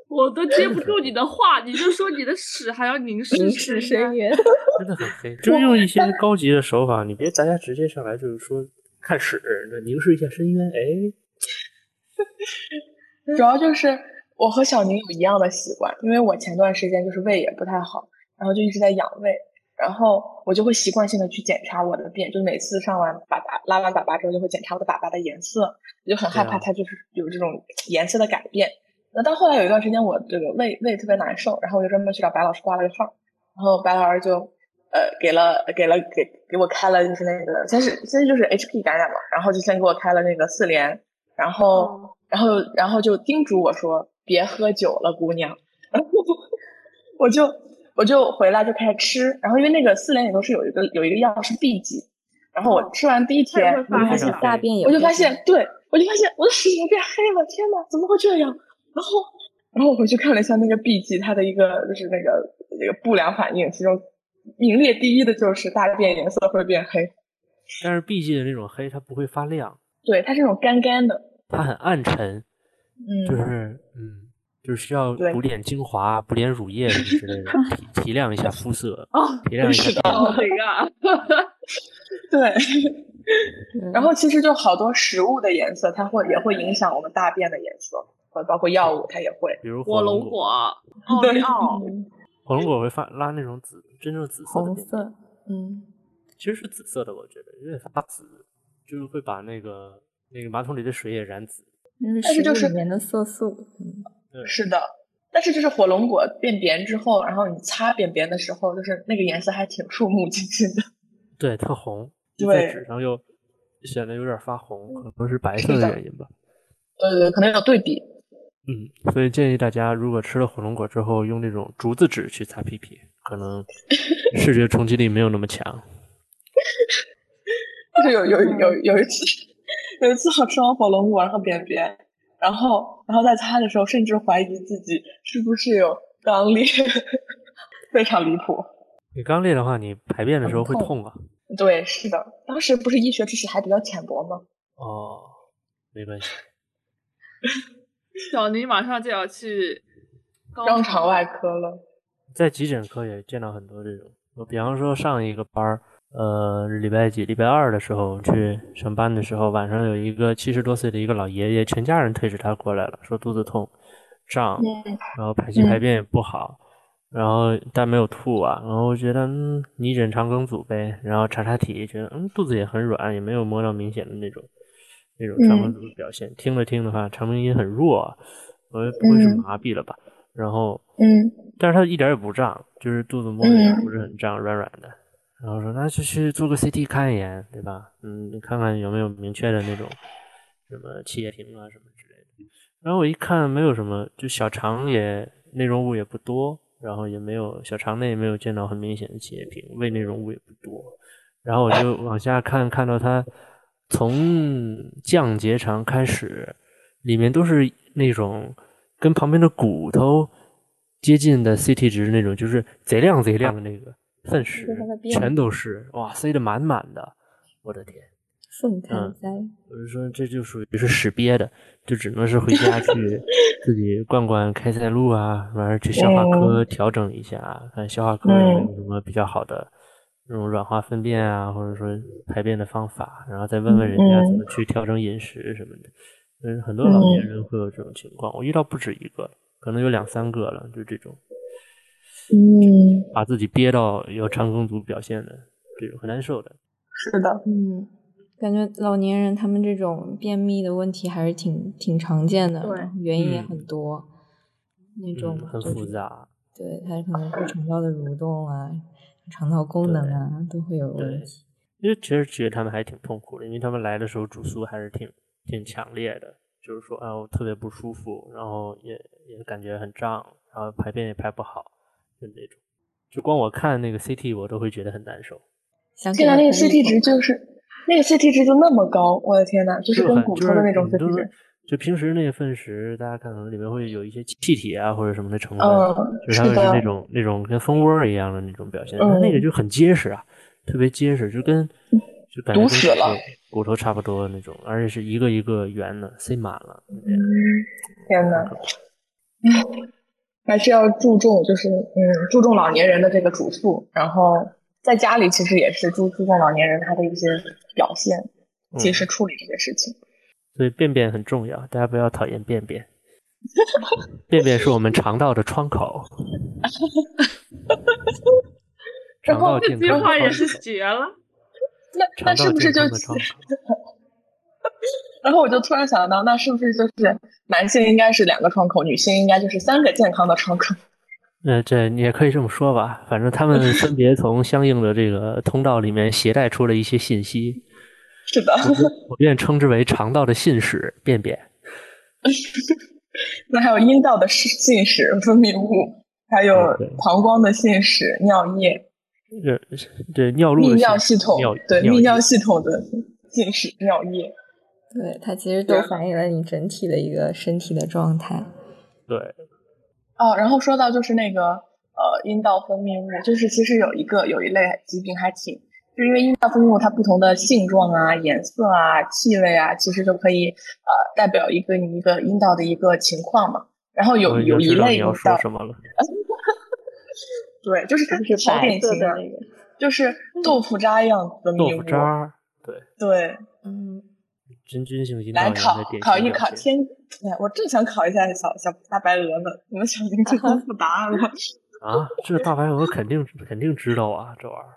Speaker 5: 我都接不住你的话，你就说你的屎还要凝视
Speaker 3: 凝视深
Speaker 5: 渊。
Speaker 3: 渊，
Speaker 1: 真的很黑，就是用一些高级的手法，你别大家直接上来就是说看屎，就凝视一下深渊，哎，
Speaker 2: 主要就是我和小宁有一样的习惯，因为我前段时间就是胃也不太好，然后就一直在养胃，然后我就会习惯性的去检查我的便，就每次上完粑粑拉完粑粑之后，就会检查我的粑粑的颜色，我就很害
Speaker 1: 对啊
Speaker 2: 怕它就是有这种颜色的改变。那到后来有一段时间，我这个胃胃特别难受，然后我就专门去找白老师挂了个号，然后白老师就呃给了给了给给我开了就是那个先是先就是 HP 感染嘛，然后就先给我开了那个四联，然后。然后然后就叮嘱我说别喝酒了，姑娘。 然后我就我就回来就开始吃，然后因为那个四联也都是有一个有一个药是 B 级，然后我吃完第一
Speaker 5: 哦它也
Speaker 2: 天
Speaker 5: 会，
Speaker 2: 我就
Speaker 5: 发
Speaker 2: 发
Speaker 5: 黑
Speaker 2: 现
Speaker 5: 的
Speaker 3: 大便也
Speaker 2: 我就
Speaker 3: 会
Speaker 2: 发
Speaker 3: 黑
Speaker 2: 现，对我就发现我的屎也变黑了，天呐，怎么会这样？然后，然后我回去看了一下那个 B 级，它的一个就是那个那个不良反应，其中名列第一的就是大便颜色会变黑，
Speaker 1: 但是 B 级的那种黑它不会发亮，
Speaker 2: 对，它是那种干干的，
Speaker 1: 它很暗沉，
Speaker 2: 嗯，
Speaker 1: 就是嗯，就是需要
Speaker 2: 对
Speaker 1: 补点精华、补点乳液什么之类 的，提提亮一下肤色，
Speaker 5: 哦
Speaker 1: 提 亮一
Speaker 2: 是
Speaker 1: 下
Speaker 2: 的
Speaker 1: 皮
Speaker 5: 哦，对 呀，
Speaker 2: 对。
Speaker 3: 嗯
Speaker 2: 然后其实就好多食物的颜色，它会也会影响我们大便的颜色，呃，包括药物它也会。
Speaker 1: 比如
Speaker 5: 火
Speaker 1: 火
Speaker 5: 龙
Speaker 1: 果，、
Speaker 5: 果奥利 奥，
Speaker 3: 嗯
Speaker 1: 火
Speaker 2: 哎
Speaker 1: 龙果会发拉那种紫，真正紫色的
Speaker 3: 红
Speaker 1: 便
Speaker 3: 色，嗯，
Speaker 1: 其实是紫色的，我觉得因为发紫，就是会把那个那个马桶里的水也染紫。
Speaker 3: 那
Speaker 2: 但是
Speaker 3: 食
Speaker 2: 就
Speaker 3: 物
Speaker 2: 是
Speaker 3: 里面的色素，嗯，
Speaker 2: 是的，但是就是火龙果变扁之后，然后你擦扁扁的时候，就是那个颜色还挺触目惊心的。
Speaker 1: 对，特红，就在
Speaker 2: 对
Speaker 1: 纸上又显得有点发红，可能是白
Speaker 2: 是
Speaker 1: 色的
Speaker 2: 的
Speaker 1: 原因吧。
Speaker 2: 对对对，呃可能有对比。
Speaker 1: 嗯，所以建议大家，如果吃了火龙果之后，用那种竹子纸去擦屁屁，可 能视觉冲击力没有那么强。
Speaker 2: 就是有有有有一次， 有一次我吃完火龙果，然后扁扁，然后然后在擦的时候，甚至怀疑自己是不是有肛裂， 非常离谱。
Speaker 1: 你刚裂的话，你排便的时候会
Speaker 2: 很
Speaker 1: 痛啊。
Speaker 2: 对，是的，当时不是医学知识还比较浅薄吗？
Speaker 1: 哦，没关系，
Speaker 5: 小宁马上就要去
Speaker 2: 肛肠外科了。
Speaker 1: 在急诊科也见到很多这种，我比方说上一个班儿，呃，礼拜几？礼拜二的时候去上班的时候，晚上有一个七十多岁的一个老爷爷，全家人推着他过来了，说肚子痛、胀，然后排气排便也不好，然后但没有吐啊，然后我觉得嗯，你忍肠梗阻呗，然后查查体，觉得嗯肚子也很软，也没有摸到明显的那种那种肠梗阻的表现。听了听的话，肠鸣音很弱，啊我也不会是
Speaker 2: 嗯
Speaker 1: 麻痹了吧？然后
Speaker 2: 嗯
Speaker 1: 但是他一点儿也不胀，就是肚子摸着也
Speaker 2: 嗯
Speaker 1: 不是很胀，软软的。然后说那就去做个 CT 看一眼，对吧？嗯，看看有没有明确的那种什么气液停啊什么之类的。然后我一看没有什么，就小肠也内容物也不多，然后也没有小肠内也没有见到很明显的气液瓶，胃内容物也不多。然后我就往下看，看到它从降结肠开始，里面都是那种跟旁边的骨头接近的 CT 值那种，就是贼亮贼亮的那个粪石
Speaker 3: 它的，变
Speaker 1: 全都是哇塞的满满的，我的天！
Speaker 3: 粪开塞，
Speaker 1: 我就说这就属于是屎憋的，就只能是回 家去自己灌灌开塞露啊，完事儿去消
Speaker 3: 哦
Speaker 1: 化科调整一下，啊看消化科
Speaker 3: 嗯
Speaker 1: 有没有什么比较好的那种软化粪便啊，或者说排便的方法，然后再问问人家
Speaker 3: 嗯
Speaker 1: 怎么去调整饮食什么的。嗯，很多老年人会有这种情况，我遇到不止一个，可能有两三个了，就这种
Speaker 2: 嗯，
Speaker 1: 把自己憋到有肠梗阻表现的，这种很难受的。
Speaker 2: 是的，
Speaker 3: 嗯，感觉老年人他们这种便秘的问题还是挺挺常见的，
Speaker 5: 对
Speaker 3: 然后原因也
Speaker 1: 嗯
Speaker 3: 很多，那种
Speaker 1: 嗯，很
Speaker 3: 就是
Speaker 1: 复杂。
Speaker 3: 对，它可能会肠道的蠕动啊、肠道功能啊都会有问
Speaker 1: 对
Speaker 3: 题。
Speaker 1: 因为其实觉得他们还挺痛苦的，因为他们来的时候主诉还是挺挺强烈的，就是说啊我特别不舒服，然后也也感觉很胀，然后排便也排不好，就那种。就光我看那个 CT，我都会觉得很难受，
Speaker 3: 想起
Speaker 2: 现在
Speaker 3: 来
Speaker 2: 那个
Speaker 3: 分
Speaker 2: CT 值就是那个 CT 值就那么高，我的天呐，
Speaker 1: 就
Speaker 2: 就
Speaker 1: 是是
Speaker 2: 跟
Speaker 1: 很
Speaker 2: 骨
Speaker 1: 就
Speaker 2: 头的那种
Speaker 1: 是就
Speaker 2: CT
Speaker 1: 是
Speaker 2: 值，
Speaker 1: 就平时那个粪石，大家看可能里面会有一些气体啊或者什么的成分，
Speaker 2: 嗯，
Speaker 1: 就是
Speaker 2: 是
Speaker 1: 它会是
Speaker 2: 的
Speaker 1: 那，种那种跟蜂窝儿一样的那种表现，它那个
Speaker 2: 嗯
Speaker 1: 就很结实啊，特别结实，就跟就感觉
Speaker 2: 堵
Speaker 1: 跟
Speaker 2: 死
Speaker 1: 骨头
Speaker 2: 了
Speaker 1: 骨头差不多的那种，而且是一个一个圆的塞满了。
Speaker 2: 嗯，天呐，还是要注重，就是嗯，注重老年人的这个主妇，然后在家里其实也是注注重老年人他的一些表现，
Speaker 1: 嗯
Speaker 2: 及时处理这些事情。
Speaker 1: 所以便便很重要，大家不要讨厌便便。便便是我们肠道的窗口， 肠
Speaker 2: 然后
Speaker 1: 道
Speaker 5: 这
Speaker 1: 哦健
Speaker 5: 句
Speaker 1: 康的窗
Speaker 5: 话也
Speaker 1: 口，
Speaker 5: 是绝了。
Speaker 2: 那那
Speaker 1: 肠
Speaker 2: 是
Speaker 1: 道
Speaker 2: 不是
Speaker 1: 健
Speaker 2: 就
Speaker 1: 康的 窗口。
Speaker 2: 然后我就突然想到，那是不是就是男性应该是两个窗口，女性应该就是三个健康的窗口？
Speaker 1: 那呃这你也可以这么说吧，反正他们分别从相应的这个通道里面携带出了一些信息，
Speaker 2: 是的，
Speaker 1: 我便我便称之为肠道的信使便便。
Speaker 2: 那还有阴道的是信使分泌物，还有
Speaker 1: 嗯对
Speaker 2: 膀胱的信使尿液，
Speaker 1: 这这尿路
Speaker 2: 泌
Speaker 1: 的
Speaker 2: 尿
Speaker 1: 信
Speaker 2: 系统
Speaker 1: 尿
Speaker 2: 对泌
Speaker 1: 液
Speaker 2: 尿系统的信使尿液。
Speaker 3: 对，它其实都反映了你整体的一个身体的状态。
Speaker 1: 对，
Speaker 2: 哦，然后说到就是那个呃阴道分泌物，就是其实有一个有一类疾病还挺，就是因为阴道分泌物它不同的性状啊、颜色啊、气味啊，其实就可以呃代表一个你一个阴道的一个情况嘛。然后有
Speaker 1: 我已经
Speaker 2: 有一
Speaker 1: 知道
Speaker 2: 类
Speaker 1: 你
Speaker 2: 阴
Speaker 1: 要
Speaker 2: 道
Speaker 1: 说，什么了。
Speaker 2: 对，就是它好典型啊，
Speaker 3: 个，
Speaker 2: 就是豆腐渣一样分
Speaker 1: 豆
Speaker 2: 泌
Speaker 1: 腐
Speaker 2: 物，
Speaker 1: 渣儿，对，
Speaker 2: 对，
Speaker 3: 嗯，
Speaker 1: 真菌性阴道
Speaker 2: 来
Speaker 1: 炎
Speaker 2: 考
Speaker 1: 的典型
Speaker 2: 考一
Speaker 1: 表
Speaker 2: 考
Speaker 1: 现
Speaker 2: 天，哎，我正想考一下小小大白鹅呢，你们小明就公布答案了。
Speaker 1: 啊，这大白鹅肯定肯定知道啊，这玩意儿。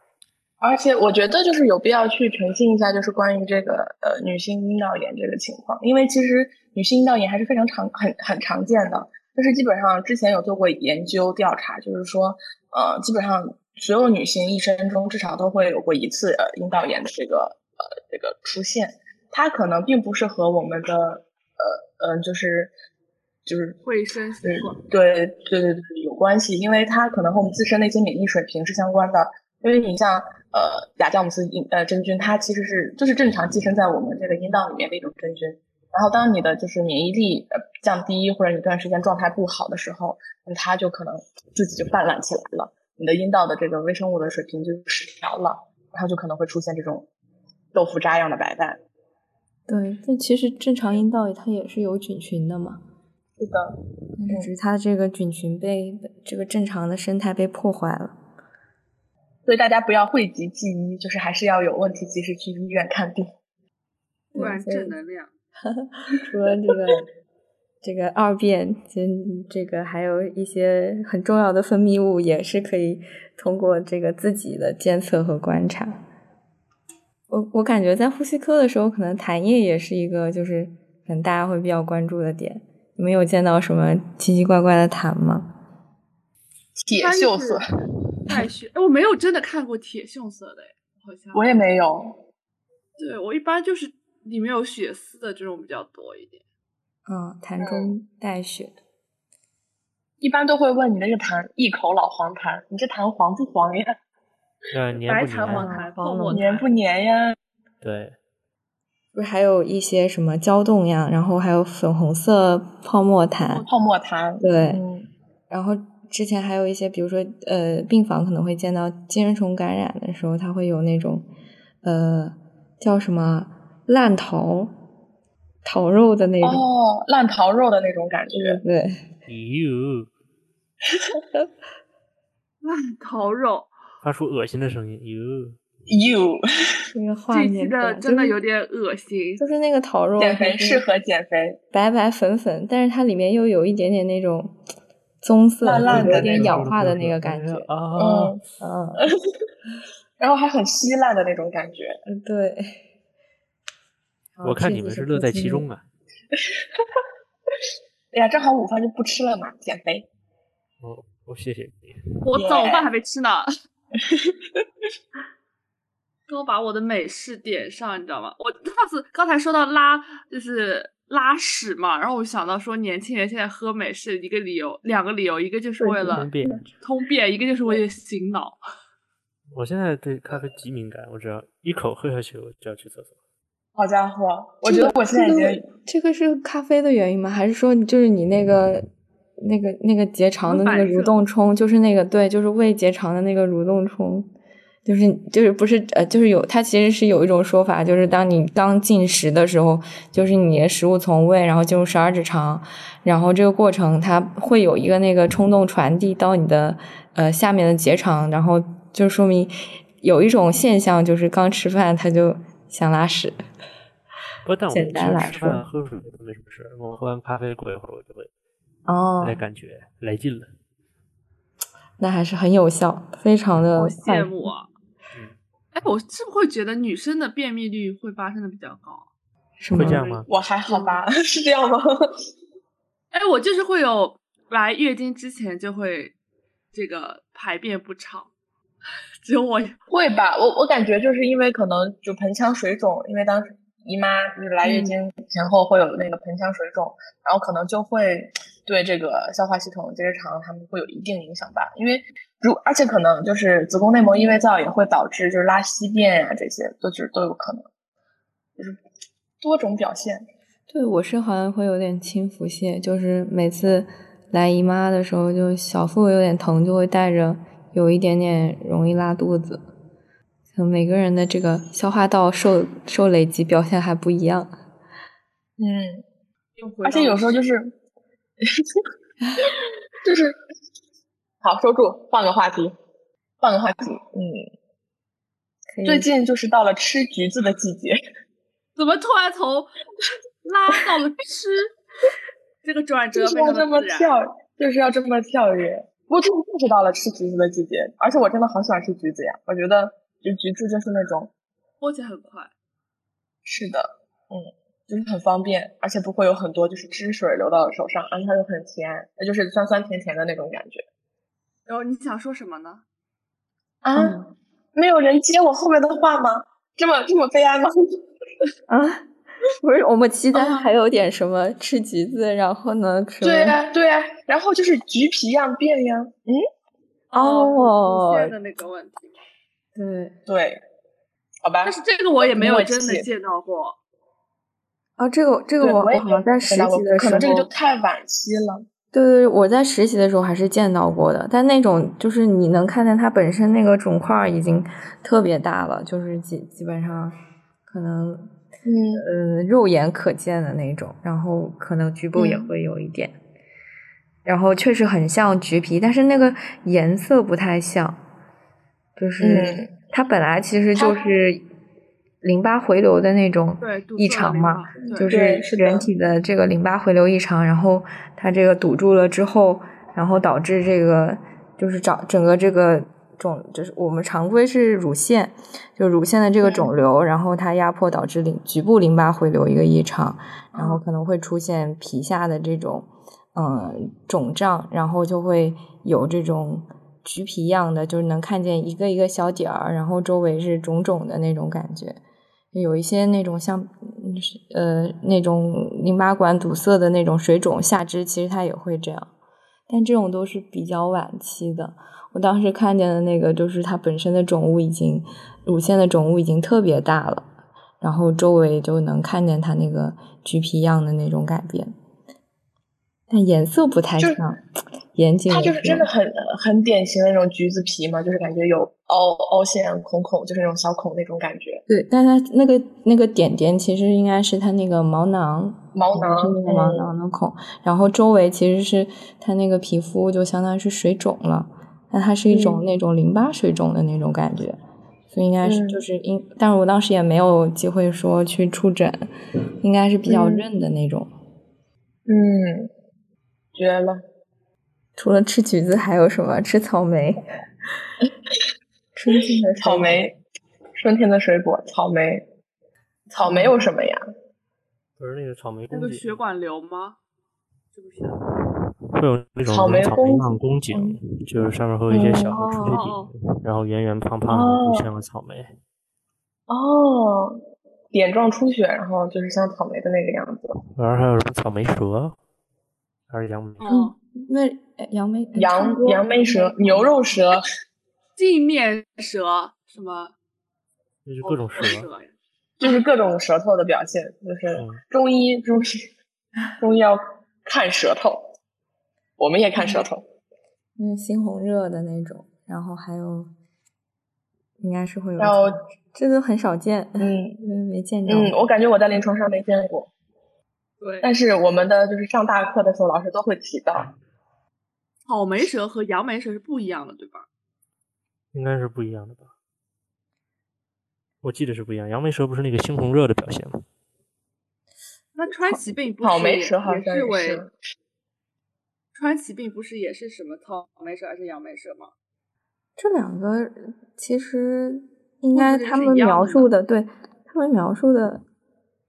Speaker 2: 而且我觉得就是有必要去澄清一下，就是关于这个呃女性阴道炎这个情况，因为其实女性阴道炎还是非常常很很常见的，就是基本上之前有做过研究调查，就是说呃基本上所有女性一生中至少都会有过一次呃阴道炎的这个呃这个出现，它可能并不是和我们的呃嗯、呃、就是就是
Speaker 5: 卫生习惯，
Speaker 2: 对对对对，有关系，因为它可能和我们自身的一些免疫水平是相关的。因为你像呃亚酵母丝阴呃真菌，它其实是就是正常寄生在我们这个阴道里面的一种真菌。然后当你的就是免疫力呃降低，或者你这段时间状态不好的时候，那它就可能自己就泛滥起来了，你的阴道的这个微生物的水平就失调了，然后就可能会出现这种豆腐渣样的白带。
Speaker 3: 对，但其实正常阴道它也是有菌群的嘛，
Speaker 2: 是的，
Speaker 3: 嗯只是它这个菌群被这个正常的生态被破坏了。
Speaker 2: 所以大家不要讳疾忌医，就是还是要有问题及时去医院看病。
Speaker 5: 不然
Speaker 3: 所以
Speaker 5: 正能量。
Speaker 3: 除了这个这个二便，其实这个还有一些很重要的分泌物，也是可以通过这个自己的监测和观察。我我感觉在呼吸科的时候，可能痰液也是一个就是可能大家会比较关注的点。你们有见到什么奇奇怪怪的痰吗？
Speaker 2: 铁
Speaker 5: 它
Speaker 2: 锈
Speaker 5: 是
Speaker 2: 色，
Speaker 5: 带血，哎，我没有真的看过铁锈色的，哎好像
Speaker 2: 我也没有。
Speaker 5: 对我一般就是里面有血丝的这种比较多一点。
Speaker 3: 嗯，痰中带血。
Speaker 2: 一般都会问你那个痰，一口老黄痰，你这痰黄不黄呀？
Speaker 1: 那黏
Speaker 5: 白
Speaker 1: 不
Speaker 5: 茶
Speaker 1: 黏？
Speaker 5: 黄痰、
Speaker 3: 黄
Speaker 5: 泡沫
Speaker 3: 龙
Speaker 2: 黏
Speaker 5: 痰
Speaker 2: 不黏呀？
Speaker 1: 对，
Speaker 3: 不是还有一些什么胶冻呀，然后还有粉红色泡沫痰，
Speaker 2: 泡沫痰，
Speaker 3: 对，
Speaker 2: 嗯，
Speaker 3: 然后之前还有一些，比如说呃，病房可能会见到寄生虫感染的时候，它会有那种呃叫什么烂桃桃肉的那种，
Speaker 2: 哦，烂桃肉的那种感觉，
Speaker 3: 对，
Speaker 1: 哟，
Speaker 5: 烂桃肉，
Speaker 1: 发出恶心的声音，哟，
Speaker 2: 哟，
Speaker 3: 这个画
Speaker 5: 这一
Speaker 3: 面
Speaker 5: 期
Speaker 3: 出来
Speaker 5: 的真的有
Speaker 3: 就是
Speaker 5: 点恶心。
Speaker 3: 就是那个桃肉
Speaker 2: 减
Speaker 3: 还
Speaker 2: 肥
Speaker 3: 是
Speaker 2: 适合减肥，
Speaker 3: 白白粉粉，但是它里面又有一点点那种棕色，
Speaker 2: 烂烂
Speaker 3: 就
Speaker 2: 的
Speaker 3: 有点
Speaker 2: 那
Speaker 3: 氧
Speaker 1: 种
Speaker 3: 化的那个感
Speaker 1: 嗯
Speaker 3: 觉，
Speaker 1: 啊，
Speaker 2: 嗯，
Speaker 3: 嗯。
Speaker 2: 然后还很稀烂的那种感觉。
Speaker 3: 嗯，对。然后
Speaker 1: 我看
Speaker 3: 这
Speaker 1: 你
Speaker 3: 就
Speaker 1: 们是乐
Speaker 3: 不
Speaker 1: 在
Speaker 3: 禁
Speaker 1: 其中啊。
Speaker 2: 哎呀，正好午饭就不吃了嘛，减肥。
Speaker 1: 哦，我谢谢你。
Speaker 5: 我
Speaker 2: 耶
Speaker 5: 早饭还没吃呢， 刚把我的美式点上，你知道吗？我上次刚才说到拉就是拉屎嘛，然后我想到说年轻人现在喝美式一个理由，两个理由，一个就是为了
Speaker 1: 分辨，
Speaker 5: 通便，一个就是为了醒脑。
Speaker 1: 我现在对咖啡极敏感，我只要一口喝下去，我就要去厕所。
Speaker 2: 好家伙，我觉得我现在已经
Speaker 3: 这个是咖啡的原因吗？还是说就是你那个那个那个结肠的那个
Speaker 5: 反
Speaker 3: 蠕
Speaker 5: 射
Speaker 3: 动冲，就是那个对，就是胃结肠的那个蠕动冲，就是就是不是呃，就是有它其实是有一种说法，就是当你刚进食的时候，就是你的食物从胃然后进入十二指肠，然后这个过程它会有一个那个冲动传递到你的呃下面的结肠，然后就说明有一种现象就是刚吃饭他就想拉屎。
Speaker 1: 不，但我
Speaker 3: 简
Speaker 1: 其
Speaker 3: 单
Speaker 1: 实
Speaker 3: 来
Speaker 1: 吃
Speaker 3: 说
Speaker 1: 饭喝水都没什么事儿，我喝完咖啡过一会儿我就会
Speaker 3: 哦
Speaker 1: 来感觉来劲了。
Speaker 3: 那还是很有效，非常的
Speaker 5: 好
Speaker 3: 快
Speaker 5: 羡慕啊
Speaker 1: 嗯！
Speaker 5: 哎，我是不是会觉得女生的便秘率会发生的比较高？啊
Speaker 3: 是吗
Speaker 1: 会这？样吗？
Speaker 2: 我还好吧？ 是这样吗？
Speaker 5: 哎，我就是会有来月经之前就会这个排便不畅， 只有我有
Speaker 2: 会吧，我我感觉就是因为可能就盆腔水肿，因为当时姨妈就是来月
Speaker 5: 嗯
Speaker 2: 经前后会有那个盆腔水肿，然后可能就会对这个消化系统、结直肠他们会有一定影响吧。因为如而且可能就是子宫内膜异位灶也会导致就是拉稀便啊呀、这些，都就是都有可能，就是多种表现。
Speaker 3: 对，我是好像会有点轻腹泻，就是每次来姨妈的时候，就小腹有点疼，就会带着有一点点容易拉肚子。可能每个人的这个消化道受受累及表现还不一样。
Speaker 2: 嗯，
Speaker 5: 又回
Speaker 2: 而且
Speaker 5: 到
Speaker 2: 有时候就是就是好收住，换个话题，换个话题。嗯，
Speaker 5: 嗯
Speaker 3: 可以
Speaker 2: 最近就是到了吃橘子的季节，
Speaker 5: 怎么突然从 拉到了吃？ 这个转折
Speaker 2: 就是
Speaker 5: 非
Speaker 2: 要
Speaker 5: 常
Speaker 2: 这么
Speaker 5: 的自然。
Speaker 2: 跳，就是要这么跳跃。不过最近就是到了吃橘子的季节，而且我真的好喜欢吃橘子呀！我觉得就橘子就是那种
Speaker 5: 摸起来很快，
Speaker 2: 是的，嗯，就是很方便，而且不会有很多就是汁水流到手上，而且它又很甜，那就是酸酸甜甜的那种感觉
Speaker 5: 然后你想说什么呢？
Speaker 2: 啊！没有人接我后面的话吗？这么这么悲哀吗？
Speaker 3: 啊，不是我们期待
Speaker 2: 啊
Speaker 3: 还有点什么吃橘子，然后呢？什
Speaker 5: 啊
Speaker 2: 对
Speaker 3: 么
Speaker 2: 呀、对呀、然后就是橘皮样变呀，嗯，
Speaker 3: 哦
Speaker 5: 乳腺呃的那个问题，
Speaker 3: 对
Speaker 2: 对，好吧
Speaker 5: 但，是这个我也没有
Speaker 2: 默
Speaker 5: 真的
Speaker 2: 契
Speaker 5: 见到过。
Speaker 3: 啊，这个这个
Speaker 2: 对
Speaker 3: 我
Speaker 2: 我也
Speaker 3: 我好像在实
Speaker 2: 知道
Speaker 3: 习
Speaker 2: 我
Speaker 3: 的
Speaker 2: 可
Speaker 3: 时候，
Speaker 2: 能这个就太晚期了，
Speaker 3: 对对对，我在实习的时候还是见到过的，但那种就是你能看见它本身那个肿块儿已经特别大了，就是基基本上可能
Speaker 2: 嗯，
Speaker 3: 呃肉眼可见的那种，然后可能局部也
Speaker 2: 嗯
Speaker 3: 会有一点，然后确实很像橘皮，但是那个颜色不太像。就是
Speaker 2: 嗯
Speaker 3: 它本来其实就
Speaker 2: 它
Speaker 3: 是淋巴回流的那种
Speaker 5: 对，堵
Speaker 3: 异
Speaker 5: 住了
Speaker 3: 常
Speaker 5: 淋
Speaker 3: 嘛，
Speaker 5: 巴，对
Speaker 3: 就是
Speaker 2: 对是的
Speaker 3: 人体的这个淋巴回流异常，然后它这个堵住了之后，然后导致这个就是长整个这个肿，就是我们常规是乳腺，就乳腺的这个肿瘤，然后它压迫导致淋局部淋巴回流一个异常，然后
Speaker 5: 嗯
Speaker 3: 可能会出现皮下的这种呃肿胀，然后就会有这种。橘皮样的，就是能看见一个一个小点儿，然后周围是肿肿的那种感觉。有一些那种像嗯是呃那种淋巴管堵塞的那种水肿下肢，其实它也会这样，但这种都是比较晚期的。我当时看见的那个就是它本身的肿物已经乳腺的肿物已经特别大了，然后周围就能看见它那个橘皮样的那种改变，但颜色不太
Speaker 2: 就是
Speaker 3: 像。严谨
Speaker 2: 它
Speaker 3: 来
Speaker 2: 就是
Speaker 3: 说
Speaker 2: 真的很很典型的那种橘子皮嘛，就是感觉有凹凹陷、啊孔孔，就是那种小孔那种感觉。
Speaker 3: 对，但它那个那个点点其实应该是它那个毛囊，
Speaker 2: 毛囊
Speaker 3: 就是那个毛
Speaker 2: 嗯
Speaker 3: 哦囊的孔，然后周围其实是它那个皮肤就相当于是水肿了，那它是一种
Speaker 2: 嗯
Speaker 3: 那种淋巴水肿的那种感觉，所以应该是
Speaker 2: 嗯
Speaker 3: 就是应，但是我当时也没有机会说去触诊，应该是比较
Speaker 2: 嗯
Speaker 3: 韧的那种。
Speaker 2: 嗯，绝了。
Speaker 3: 除了吃橘子还有什么？吃草莓，春季的时候
Speaker 2: 草莓，春天的水果，草莓。草莓有什么呀？
Speaker 1: 不是那个草莓
Speaker 5: 那
Speaker 1: 宫
Speaker 5: 个
Speaker 1: 颈
Speaker 5: 血管瘤吗？是不是？
Speaker 1: 会有那种
Speaker 2: 草莓
Speaker 1: 草莓
Speaker 2: 宫
Speaker 1: 样宫颈，就是上面会有一些
Speaker 3: 嗯
Speaker 1: 小的出
Speaker 5: 哦
Speaker 1: 血点，然后圆圆胖胖的，就
Speaker 2: 哦
Speaker 1: 像个草莓。
Speaker 2: 哦，点状出血，然后就是像草莓的那个样子。
Speaker 3: 嗯
Speaker 1: 然后还有什么草莓蛇，还是杨梅？
Speaker 5: 嗯，
Speaker 3: 那呃杨梅
Speaker 2: 杨杨梅蛇、牛肉蛇，
Speaker 5: 镜面蛇什么？
Speaker 1: 那就各种蛇
Speaker 5: 哦。蛇呀
Speaker 2: 就是各种舌头的表现。就是
Speaker 1: 嗯
Speaker 2: 中医中医中医要看舌头，我们也看舌头。
Speaker 3: 嗯，猩红热的那种，然后还有应该是会有
Speaker 2: 然后
Speaker 3: 草，这都很少见，
Speaker 2: 嗯
Speaker 3: 嗯， 没见着。
Speaker 2: 嗯，我感觉我在临床上没见过，
Speaker 5: 对，
Speaker 2: 但是我们的就是上大课的时候，老师都会提到。
Speaker 5: 草莓蛇和杨梅蛇是不一样的，对吧？
Speaker 1: 应该是不一样的吧？我记得是不一样。杨梅蛇不是那个猩红热的表现吗？
Speaker 5: 那川崎病不是
Speaker 2: 草莓
Speaker 5: 也
Speaker 2: 蛇好
Speaker 5: 也
Speaker 2: 像
Speaker 5: 是
Speaker 2: 也
Speaker 5: 为
Speaker 2: 是
Speaker 5: 川崎病不是也是什么草莓蛇还是杨梅蛇吗？
Speaker 3: 这两个其实应
Speaker 5: 会
Speaker 3: 该
Speaker 5: 不会
Speaker 3: 他
Speaker 5: 是一
Speaker 3: 们
Speaker 5: 样
Speaker 3: 描
Speaker 5: 的
Speaker 3: 述的，对他们描述的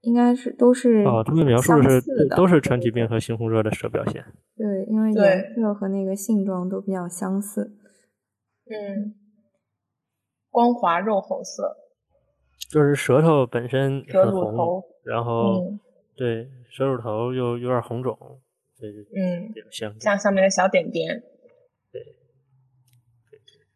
Speaker 3: 应该是都是
Speaker 1: 哦，他们描述
Speaker 3: 相
Speaker 1: 的是
Speaker 3: 似的
Speaker 1: 都是传疾病和猩红热的蛇表现。
Speaker 3: 对，因为
Speaker 2: 对
Speaker 3: 颜色和那个性状都比较相似。
Speaker 2: 嗯，光滑肉红色，
Speaker 1: 就是舌头本身
Speaker 2: 蛇
Speaker 1: 很
Speaker 2: 乳
Speaker 1: 红，
Speaker 2: 头，
Speaker 1: 然后、
Speaker 2: 嗯
Speaker 1: 对舌乳头又有点红肿，所以就
Speaker 2: 嗯，
Speaker 1: 比较相近。
Speaker 2: 像上面的小点点。
Speaker 1: 对。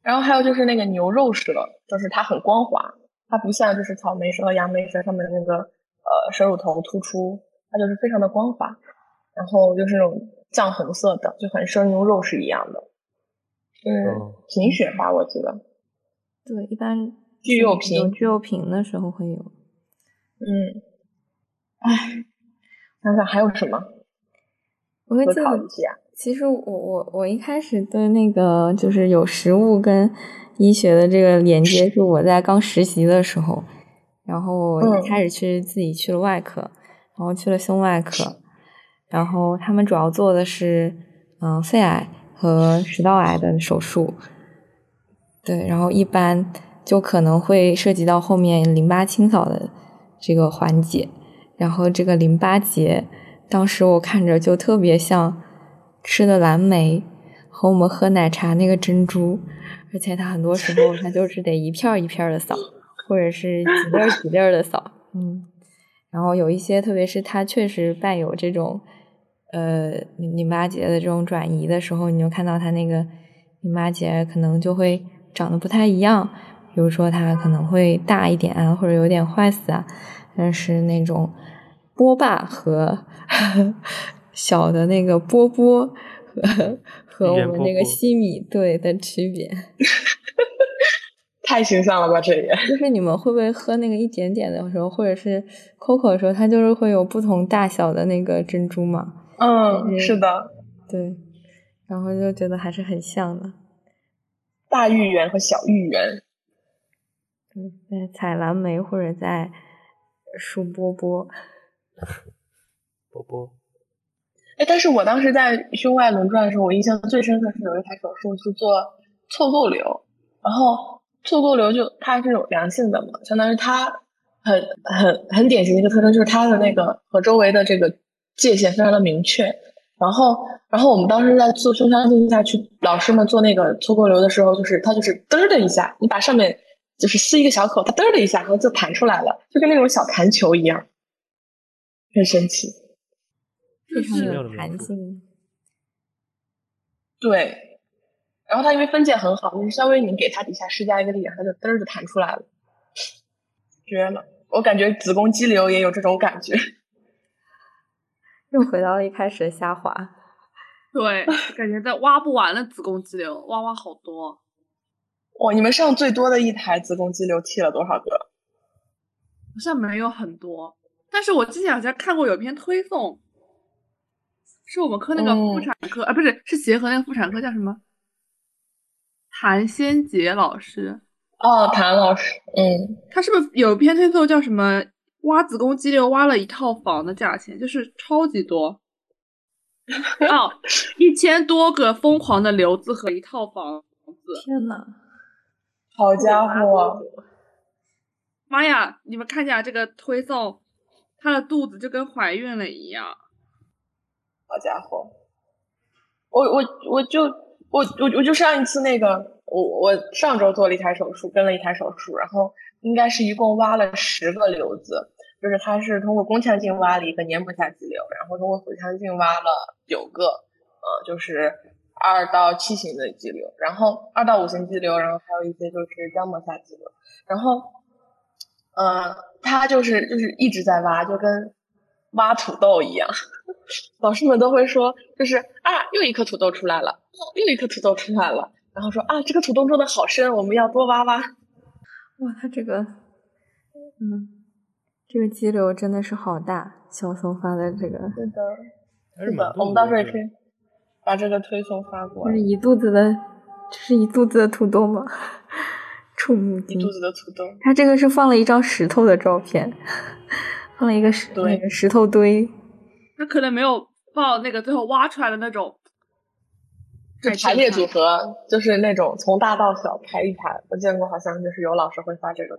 Speaker 2: 然后还有就是那个牛肉蛇，就是它很光滑，它不像就是草莓蛇和杨梅蛇上面的那个呃蛇乳头突出，它就是非常的光滑，然后就是那种酱红色的，就很生牛肉是一样的。嗯，
Speaker 1: 嗯，
Speaker 2: 贫血吧，我记得。
Speaker 3: 对，一般
Speaker 2: 巨
Speaker 3: 是
Speaker 2: 幼
Speaker 3: 有
Speaker 2: 瓶
Speaker 3: 巨幼瓶的时候会有。
Speaker 2: 嗯。唉，想想还有什么
Speaker 3: 我会
Speaker 2: 思
Speaker 3: 记
Speaker 2: 考
Speaker 3: 得
Speaker 2: 一下？
Speaker 3: 其实我我我一开始对那个就是有食物跟医学的这个连接，是我在刚实习的时候，然后我一开始去自己去了外科，然后去了胸外科，然后他们主要做的是嗯、呃肺癌和食道癌的手术，对，然后一般就可能会涉及到后面淋巴清扫的这个环节，然后这个淋巴结，当时我看着就特别像吃的蓝莓和我们喝奶茶那个珍珠，而且它很多时候它就是得一片儿一片的扫，或者是几粒儿几粒儿的扫，嗯，然后有一些，特别是它确实伴有这种呃淋淋巴结的这种转移的时候，你就看到它那个淋巴结可能就会长得不太一样，比如说它可能会大一点啊，或者有点坏死啊，但是那种波霸和 小的那个波波和和我
Speaker 1: 圆
Speaker 3: 们
Speaker 1: 波
Speaker 3: 那个
Speaker 1: 波
Speaker 3: 西米对的区别，
Speaker 2: 太形象了吧，这也。
Speaker 3: 就是你们会不会喝那个一点点的时候，或者是 COCO 的时候，它就是会有不同大小的那个珍珠嘛？
Speaker 2: 嗯，
Speaker 3: 嗯
Speaker 2: 是的，
Speaker 3: 对，然后就觉得还是很像的。
Speaker 2: 大芋圆和小芋圆。
Speaker 3: 嗯，在采蓝莓或者在数波波，
Speaker 1: 波波
Speaker 2: 哎，但是我当时在胸外轮转的时候，我印象最深刻是有一台手术是做错构瘤，然后错构瘤就它是有良性的嘛，相当于它很很很典型的一个特征就是它的那个和周围的这个界限非常的明确。然后，然后我们当时在做胸腔镜下去，老师们做那个错构瘤的时候，就是它就是嘚儿的一下，你把上面就是撕一个小口，它嘚儿的一下，然后就弹出来了，就跟那种小弹球一样，很神奇。
Speaker 5: 就
Speaker 3: 非常
Speaker 1: 奇妙
Speaker 5: 是
Speaker 1: 的
Speaker 3: 有
Speaker 1: 描
Speaker 3: 弹
Speaker 1: 述
Speaker 3: 性。
Speaker 2: 对，然后它因为分界很好，就是稍微你给它底下施加一个力量，它就嘚儿就弹出来了，绝了！我感觉子宫肌瘤也有这种感觉。
Speaker 3: 又回到一开始的下滑，
Speaker 5: 对，感觉在挖不完的子宫肌瘤，挖挖好多。
Speaker 2: 哇，你们上最多的一台子宫肌瘤剃了多少个？
Speaker 5: 好像没有很多，但是我之前好像看过有篇推送，是我们科那个妇
Speaker 2: 嗯
Speaker 5: 产科、啊，不是是协和那个妇产科叫什么？谭先杰老师，
Speaker 2: 哦，谭老师，嗯，
Speaker 5: 他是不是有篇推送叫什么“挖子宫肌瘤挖了一套房的价钱”，就是超级多，哦，一千多个疯狂的瘤子和一套房子，
Speaker 3: 天呐，
Speaker 2: 好家伙，
Speaker 5: 妈呀！你们看一下这个推送，她的肚子就跟怀孕了一样。
Speaker 2: 好家伙！我我我就我我我就上一次那个，我我上周做了一台手术，跟了一台手术，然后应该是一共挖了十个瘤子，就是它是通过宫腔镜挖了一个黏膜下肌瘤，然后通过腹腔镜挖了九个，呃，就是二到七型的肌瘤，然后二到五型肌瘤，然后还有一些就是浆膜下肌瘤，然后，呃，他就是就是一直在挖，就跟挖土豆一样。老师们都会说，就是啊，又一颗土豆出来了，哦又一颗土豆出来了，然后说啊，这个土豆种的好深，我们要多挖挖。
Speaker 3: 哇，它这个，嗯，这个肌瘤真的是好大，小松发的这个，
Speaker 2: 对的，
Speaker 1: 还是
Speaker 2: 是
Speaker 1: 蛮
Speaker 2: 的，我
Speaker 1: 多
Speaker 2: 们到时候也
Speaker 1: 的
Speaker 2: 可以把这个推送发过
Speaker 3: 就
Speaker 2: 来
Speaker 3: 是，一肚子的，这是一肚子的土豆吗？ 触目
Speaker 2: 一
Speaker 3: 惊
Speaker 2: 肚子的土豆。
Speaker 3: 他这个是放了一张石头的照片， 放了一个石
Speaker 2: 对
Speaker 3: 那个石头堆，
Speaker 5: 他可能没有报那个最后挖出来的那种，
Speaker 2: 就
Speaker 5: 太
Speaker 2: 排
Speaker 5: 震
Speaker 2: 列
Speaker 5: 撼
Speaker 2: 组合，就是那种从大到小排一排，我见过，好像就是有老师会发这个。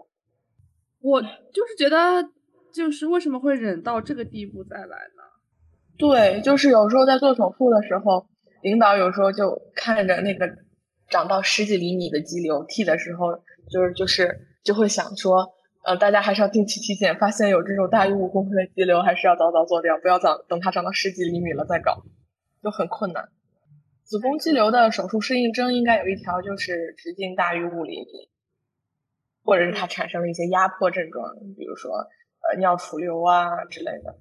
Speaker 5: 我就是觉得，就是为什么会忍到这个地步再来呢？
Speaker 2: 对，就是有时候在做手术的时候，领导有时候就看着那个长到十几厘米的肌瘤剃的时候，就是就是就会想说，呃，大家还是要定期体检，发现有这种大于五公分的肌瘤，还是要早早做掉，不要早等它长到十几厘米了再搞，就很困难。子宫肌瘤的手术适应症应该有一条就是直径大于五厘米，或者是它产生了一些压迫症状，比如说呃尿储留啊之类的。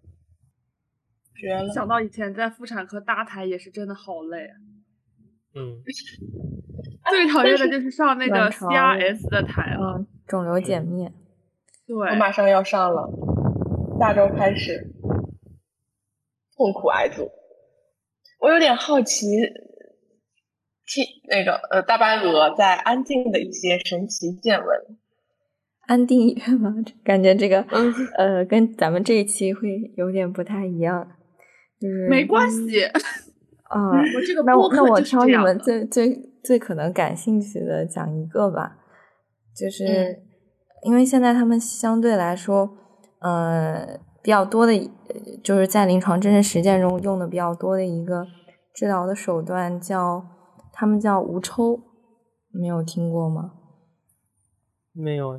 Speaker 2: 绝了！
Speaker 5: 想到以前在妇产科搭台也是真的好累啊，
Speaker 1: 嗯，
Speaker 5: 最讨厌的
Speaker 2: 但
Speaker 5: 就是上那个
Speaker 3: 卵巢
Speaker 5: CRS 的台了。
Speaker 3: 嗯，肿瘤减面，
Speaker 5: 对
Speaker 2: 我，马上要上了，下周开始痛苦挨揍。我有点好奇，听那个呃大白鹅在安静的一些神奇见闻。
Speaker 3: 安定医院吗？ 感觉这个
Speaker 2: 嗯，
Speaker 3: 呃，跟咱们这一期会有点不太一样，就是
Speaker 5: 没关系，
Speaker 3: 啊。
Speaker 5: 我这个
Speaker 3: 嗯那
Speaker 5: 播
Speaker 3: 我
Speaker 5: 客
Speaker 3: 那我
Speaker 5: 就是
Speaker 3: 挑
Speaker 5: 这
Speaker 3: 你
Speaker 5: 样
Speaker 3: 们
Speaker 5: 的
Speaker 3: 最最最可能感兴趣的讲一个吧，就是、
Speaker 2: 嗯
Speaker 3: 因为现在他们相对来说，呃，比较多的，呃就是在临床真正实践中用的比较多的一个治疗的手段叫，他们叫无抽，你没有听过吗？
Speaker 1: 没有哎，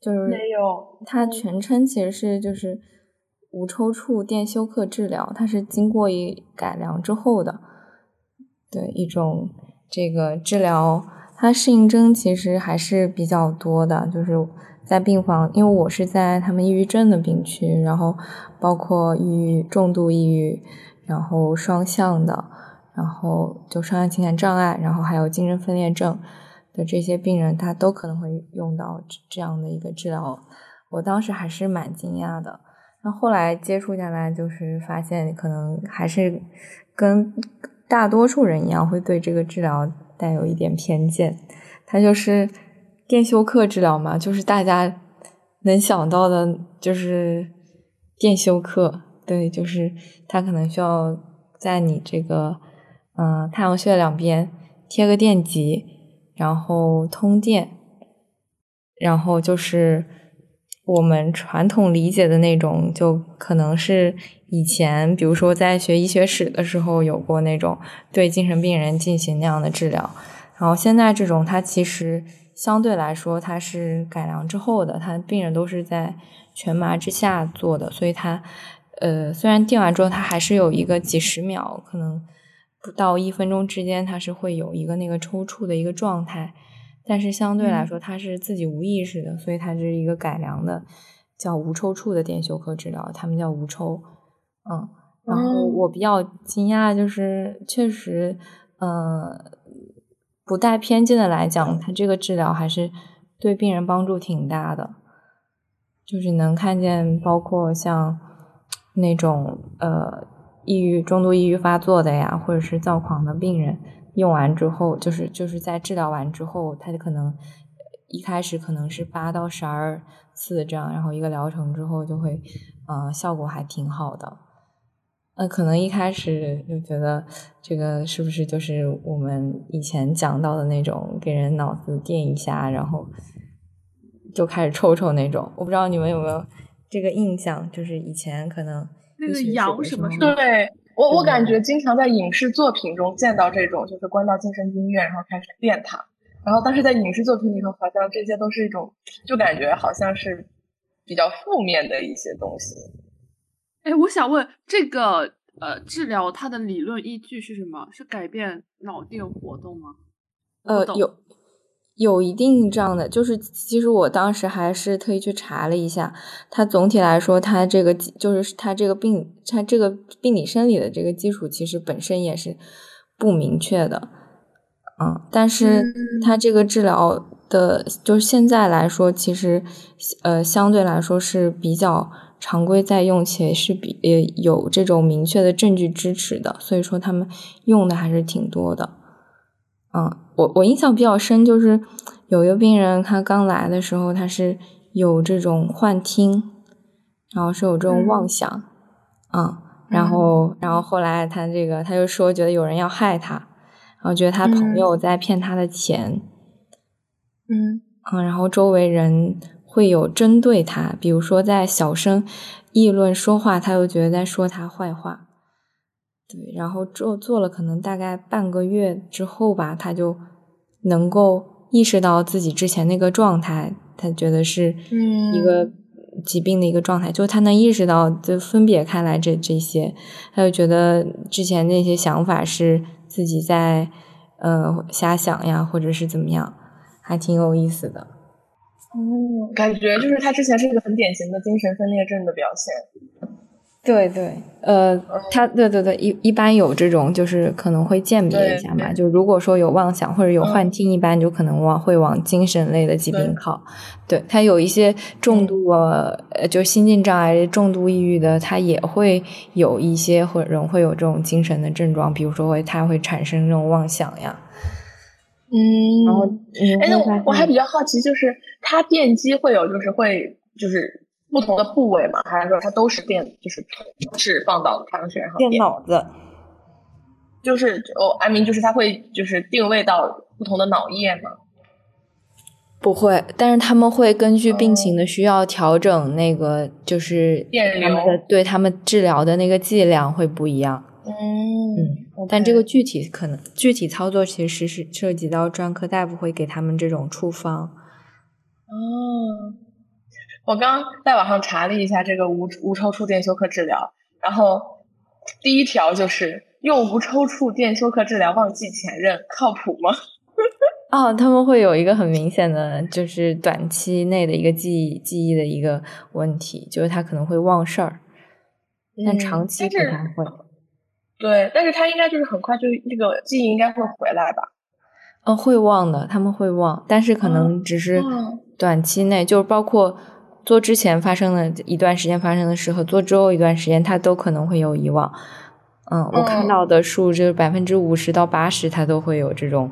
Speaker 3: 就是
Speaker 2: 没有
Speaker 3: 它
Speaker 2: 嗯
Speaker 3: 全称其实是就是无抽搐电休克治疗，它是经过一改良之后的，对一种这个治疗，它适应症其实还是比较多的，就是在病房，因为我是在他们抑郁症的病区，然后包括抑郁、重度抑郁，然后双向的，然后就双向情感障碍，然后还有精神分裂症的这些病人，他都可能会用到这这样的一个治疗。我当时还是蛮惊讶的。那后来接触下来，就是发现可能还是跟大多数人一样，会对这个治疗带有一点偏见。它就是电休克治疗嘛，就是大家能想到的，就是电休克。对，就是它可能需要在你这个嗯、呃太阳穴两边贴个电极，然后通电，然后就是我们传统理解的那种，就可能是以前比如说在学医学史的时候有过那种对精神病人进行那样的治疗。然后现在这种它其实相对来说它是改良之后的，它病人都是在全麻之下做的，所以它呃虽然定完之后它还是有一个几十秒，可能不到一分钟之间，它是会有一个那个抽搐的一个状态，但是相对来
Speaker 5: 嗯
Speaker 3: 说它是自己无意识的，所以它是一个改良的叫无抽搐的电休克治疗，他们叫无抽，嗯。然后
Speaker 2: 哦
Speaker 3: 我比较惊讶，就是确实，呃，不带偏见的来讲，它这个治疗还是对病人帮助挺大的，就是能看见，包括像那种呃抑郁、中度抑郁发作的呀，或者是躁狂的病人，用完之后，就是就是在治疗完之后，他可能一开始可能是八到十二次这样，然后一个疗程之后就会，呃，效果还挺好的。呃，可能一开始就觉得这个是不是就是我们以前讲到的那种给人脑子电一下，然后就开始抽抽那种？我不知道你们有没有这个印象，就是以前可能
Speaker 5: 那
Speaker 3: 医
Speaker 5: 个
Speaker 3: 学史
Speaker 5: 羊
Speaker 3: 的
Speaker 5: 什
Speaker 3: 时
Speaker 5: 么
Speaker 3: 候
Speaker 5: 什么
Speaker 2: 对我，我
Speaker 3: 嗯
Speaker 2: 感觉经常在影视作品中见到这种，就是关到精神病院，然后开始练它。然后，但是在影视作品里头，好像这些都是一种，就感觉好像是比较负面的一些东西。
Speaker 5: 哎，我想问这个呃治疗它的理论依据是什么？是改变脑电活动吗？我
Speaker 3: 呃
Speaker 5: 不，懂
Speaker 3: 有有一定这样的，就是其实我当时还是特意去查了一下，它总体来说，它这个基就是它这个病，它这个病理生理的这个基础，其实本身也是不明确的，嗯，但是它这个治疗的，就是现在来说，其实呃相对来说是比较。常规在用，且是比也有这种明确的证据支持的，所以说他们用的还是挺多的。嗯，我我印象比较深就是有一个病人，他刚来的时候他是有这种幻听，然后是有这种妄想，嗯，然后然后后来他这个他就说觉得有人要害他，然后觉得他朋友在骗他的钱，
Speaker 2: 嗯，
Speaker 3: 嗯，然后周围人会有针对他，比如说在小声议论说话，他又觉得在说他坏话。对，然后做做了可能大概半个月之后吧，他就能够意识到自己之前那个状态，他觉得是一个疾病的一个状态，就他能意识到就分别开来这这些，他就觉得之前那些想法是自己在呃瞎想呀，或者是怎么样，还挺有意思的。
Speaker 2: 哦，感觉就是他之前是一个很典型的精神分裂症的表现。
Speaker 3: 对对，呃，
Speaker 2: 嗯
Speaker 3: 他对对对，一一般有这种，就是可能会鉴别
Speaker 2: 对
Speaker 3: 一下嘛。
Speaker 2: 对
Speaker 3: 就如果说有妄想或者有
Speaker 2: 嗯
Speaker 3: 幻听，一般就可能往会往精神类的疾病
Speaker 2: 对嗯
Speaker 3: 靠。对他有一些重度呃，呃就心境障碍、重度抑郁的，他也会有一些会人会有这种精神的症状，比如说会他会产生这种妄想呀。
Speaker 2: 嗯
Speaker 3: 然后你
Speaker 2: 哎，
Speaker 3: 会
Speaker 2: 那
Speaker 3: 发
Speaker 2: 我我还
Speaker 3: 现
Speaker 2: 比较好奇，就是它电击会有，就是会就是不同的部位嘛，还是说它都是电，就是是放到太阳穴然后
Speaker 3: 电脑子，
Speaker 2: 就是哦，I mean，就是它会就是定位到不同的脑液嘛。
Speaker 3: 不会，但是他们会根据
Speaker 2: 哦
Speaker 3: 病情的需要调整那个，就是
Speaker 2: 电
Speaker 3: 他们
Speaker 2: 流
Speaker 3: 的对他们治疗的那个剂量会不一样。
Speaker 2: 嗯，OK，
Speaker 3: 但这个具体可能具体操作其实是涉及到专科大夫会给他们这种处方。
Speaker 2: 哦，我刚在网上查了一下这个无无抽搐电休克治疗，然后第一条就是用无抽搐电休克治疗忘记前任，靠谱吗？
Speaker 3: 哦，他们会有一个很明显的，就是短期内的一个记忆记忆的一个问题，就是他可能会忘事儿，但
Speaker 2: 嗯
Speaker 3: 长
Speaker 2: 但
Speaker 3: 期不
Speaker 2: 是
Speaker 3: 太会。
Speaker 2: 对，但是他应该就是很快就那个记忆应该会回来吧？
Speaker 3: 嗯，会忘的，他们会忘，但是可能只是
Speaker 2: 哦
Speaker 3: 短期内，就是包括做之前发生的一段时间发生的事和做之后一段时间，他都可能会有遗忘。嗯，我看
Speaker 2: 嗯
Speaker 3: 到的数就是百分之五十到八十，他都会有这种，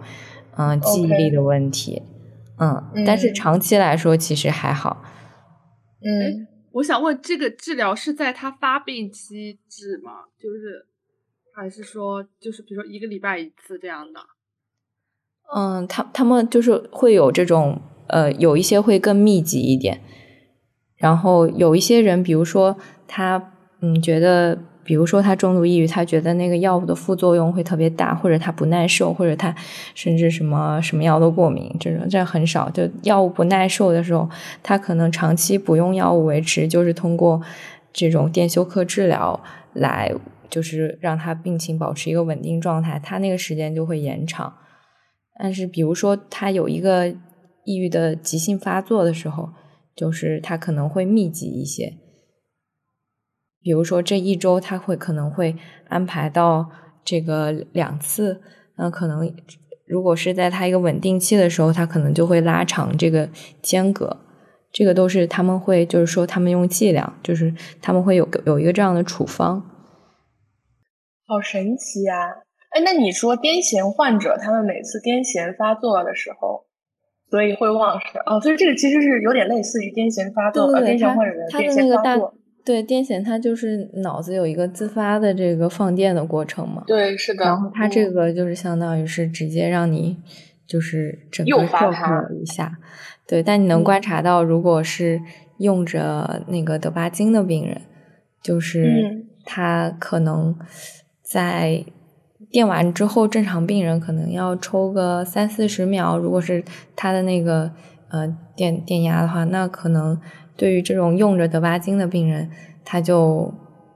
Speaker 3: 嗯、嗯、记忆力的问题，嗯，但是
Speaker 2: 嗯
Speaker 3: 长期来说其实还好，
Speaker 2: 嗯，
Speaker 5: 我想问，这个治疗是在他发病期治吗？就是还是说，就是比如说一个礼拜一次这样的？
Speaker 3: 嗯，他他们就是会有这种呃，有一些会更密集一点，然后有一些人，比如说他嗯觉得，比如说他重度抑郁，他觉得那个药物的副作用会特别大，或者他不耐受，或者他甚至什么什么药都过敏，这种这很少。就药物不耐受的时候，他可能长期不用药物维持，就是通过这种电休克治疗来，就是让他病情保持一个稳定状态，他那个时间就会延长。但是比如说他有一个抑郁的急性发作的时候，就是他可能会密集一些。比如说这一周他会可能会安排到这个两次，那可能如果是在他一个稳定期的时候，他可能就会拉长这个间隔。这个都是他们会，就是说他们用剂量，就是他们会有有一个这样的处方。
Speaker 2: 好神奇呀、哎，那你说癫痫患者他们每次癫痫发作的时候，所以会忘食哦，所以这个其实是有点类似于癫痫发
Speaker 3: 对
Speaker 2: 作，
Speaker 3: 对对，
Speaker 2: 呃，癫痫
Speaker 3: 他
Speaker 2: 患者的
Speaker 3: 他
Speaker 2: 癫
Speaker 3: 的那个
Speaker 2: 痫发
Speaker 3: 大
Speaker 2: 作。
Speaker 3: 对癫痫，他就是脑子有一个自发的这个放电的过程嘛。
Speaker 2: 对，是的。
Speaker 3: 然后他这
Speaker 2: 嗯
Speaker 3: 个就是相当于是直接让你就是整
Speaker 2: 诱
Speaker 3: 个
Speaker 2: 发
Speaker 3: 调
Speaker 2: 它
Speaker 3: 动一下，对。但你能
Speaker 2: 嗯
Speaker 3: 观察到，如果是用着那个德巴金的病人，就是
Speaker 2: 嗯
Speaker 3: 他可能在电完之后，正常病人可能要抽个三四十秒，如果是他的那个呃电电压的话，那可能对于这种用着德巴金的病人，他就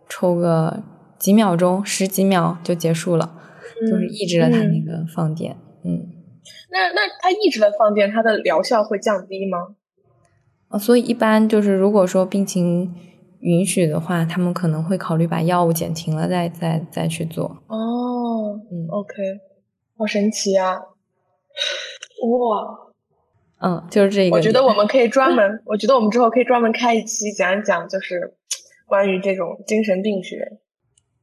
Speaker 3: 抽个几秒钟、十几秒就结束了，就是
Speaker 2: 嗯
Speaker 3: 抑制了他那
Speaker 2: 嗯
Speaker 3: 个放电。嗯，
Speaker 2: 那那它抑制了放电，它的疗效会降低吗？
Speaker 3: 啊，所以一般就是如果说病情允许的话，他们可能会考虑把药物减停了再再再去做。
Speaker 2: 哦
Speaker 3: 嗯
Speaker 2: ，OK，好神奇啊！哇，
Speaker 3: 嗯，就是这个。
Speaker 2: 我觉得我们可以 专门，我觉得我们之后可以专门开一期讲一讲，就是关于这种精神病学，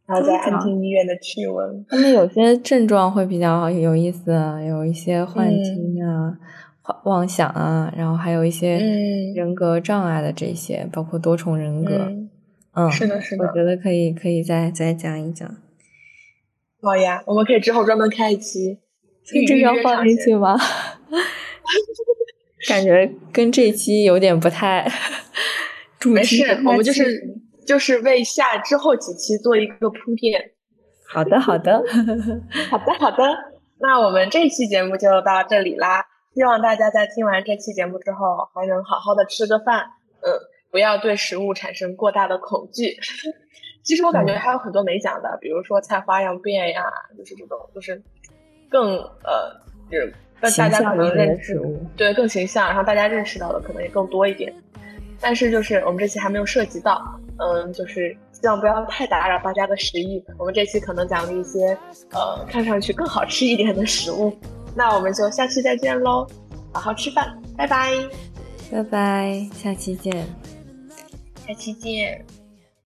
Speaker 2: 然后在
Speaker 3: 嗯
Speaker 2: 安静医院的趣闻。
Speaker 3: 他们有些症状会比较有意思，啊有一些幻
Speaker 2: 嗯
Speaker 3: 听啊、幻妄想啊，然后还有一些
Speaker 2: 嗯
Speaker 3: 人格障碍的这些，包括多重人格。
Speaker 2: 嗯，
Speaker 3: 嗯，
Speaker 2: 是的，是
Speaker 3: 我
Speaker 2: 的，
Speaker 3: 觉得可以，可以再再讲一讲。
Speaker 2: 好呀，我们可以之后专门开一期。
Speaker 3: 这这个要放进去吗？ 感觉跟这期有点不太 主
Speaker 2: 没
Speaker 3: 题
Speaker 2: 事
Speaker 3: 不太契合。，
Speaker 2: 我们就是就是为下之后几期做一个铺垫。
Speaker 3: 好的，好的，
Speaker 2: 好的，好的，那我们这期节目就到这里啦。希望大家在听完这期节目之后，还能好好的吃个饭，嗯，不要对食物产生过大的恐惧。 其实我感觉还有很多没讲的，比如说菜花样变呀，就是这种，就是更呃，就是
Speaker 3: 形
Speaker 2: 大家可
Speaker 3: 象一
Speaker 2: 能
Speaker 3: 点
Speaker 2: 认
Speaker 3: 的
Speaker 2: 识
Speaker 3: 食物。
Speaker 2: 对更形象，然后大家认识到的可能也更多一点。但是就是我们这期还没有涉及到，嗯，就是希望不要太打扰大家的食欲。我们这期可能讲了一些呃看上去更好吃一点的食物，那我们就下期再见喽，好好吃饭，拜拜，
Speaker 3: 拜拜，下期见。
Speaker 2: 下期见。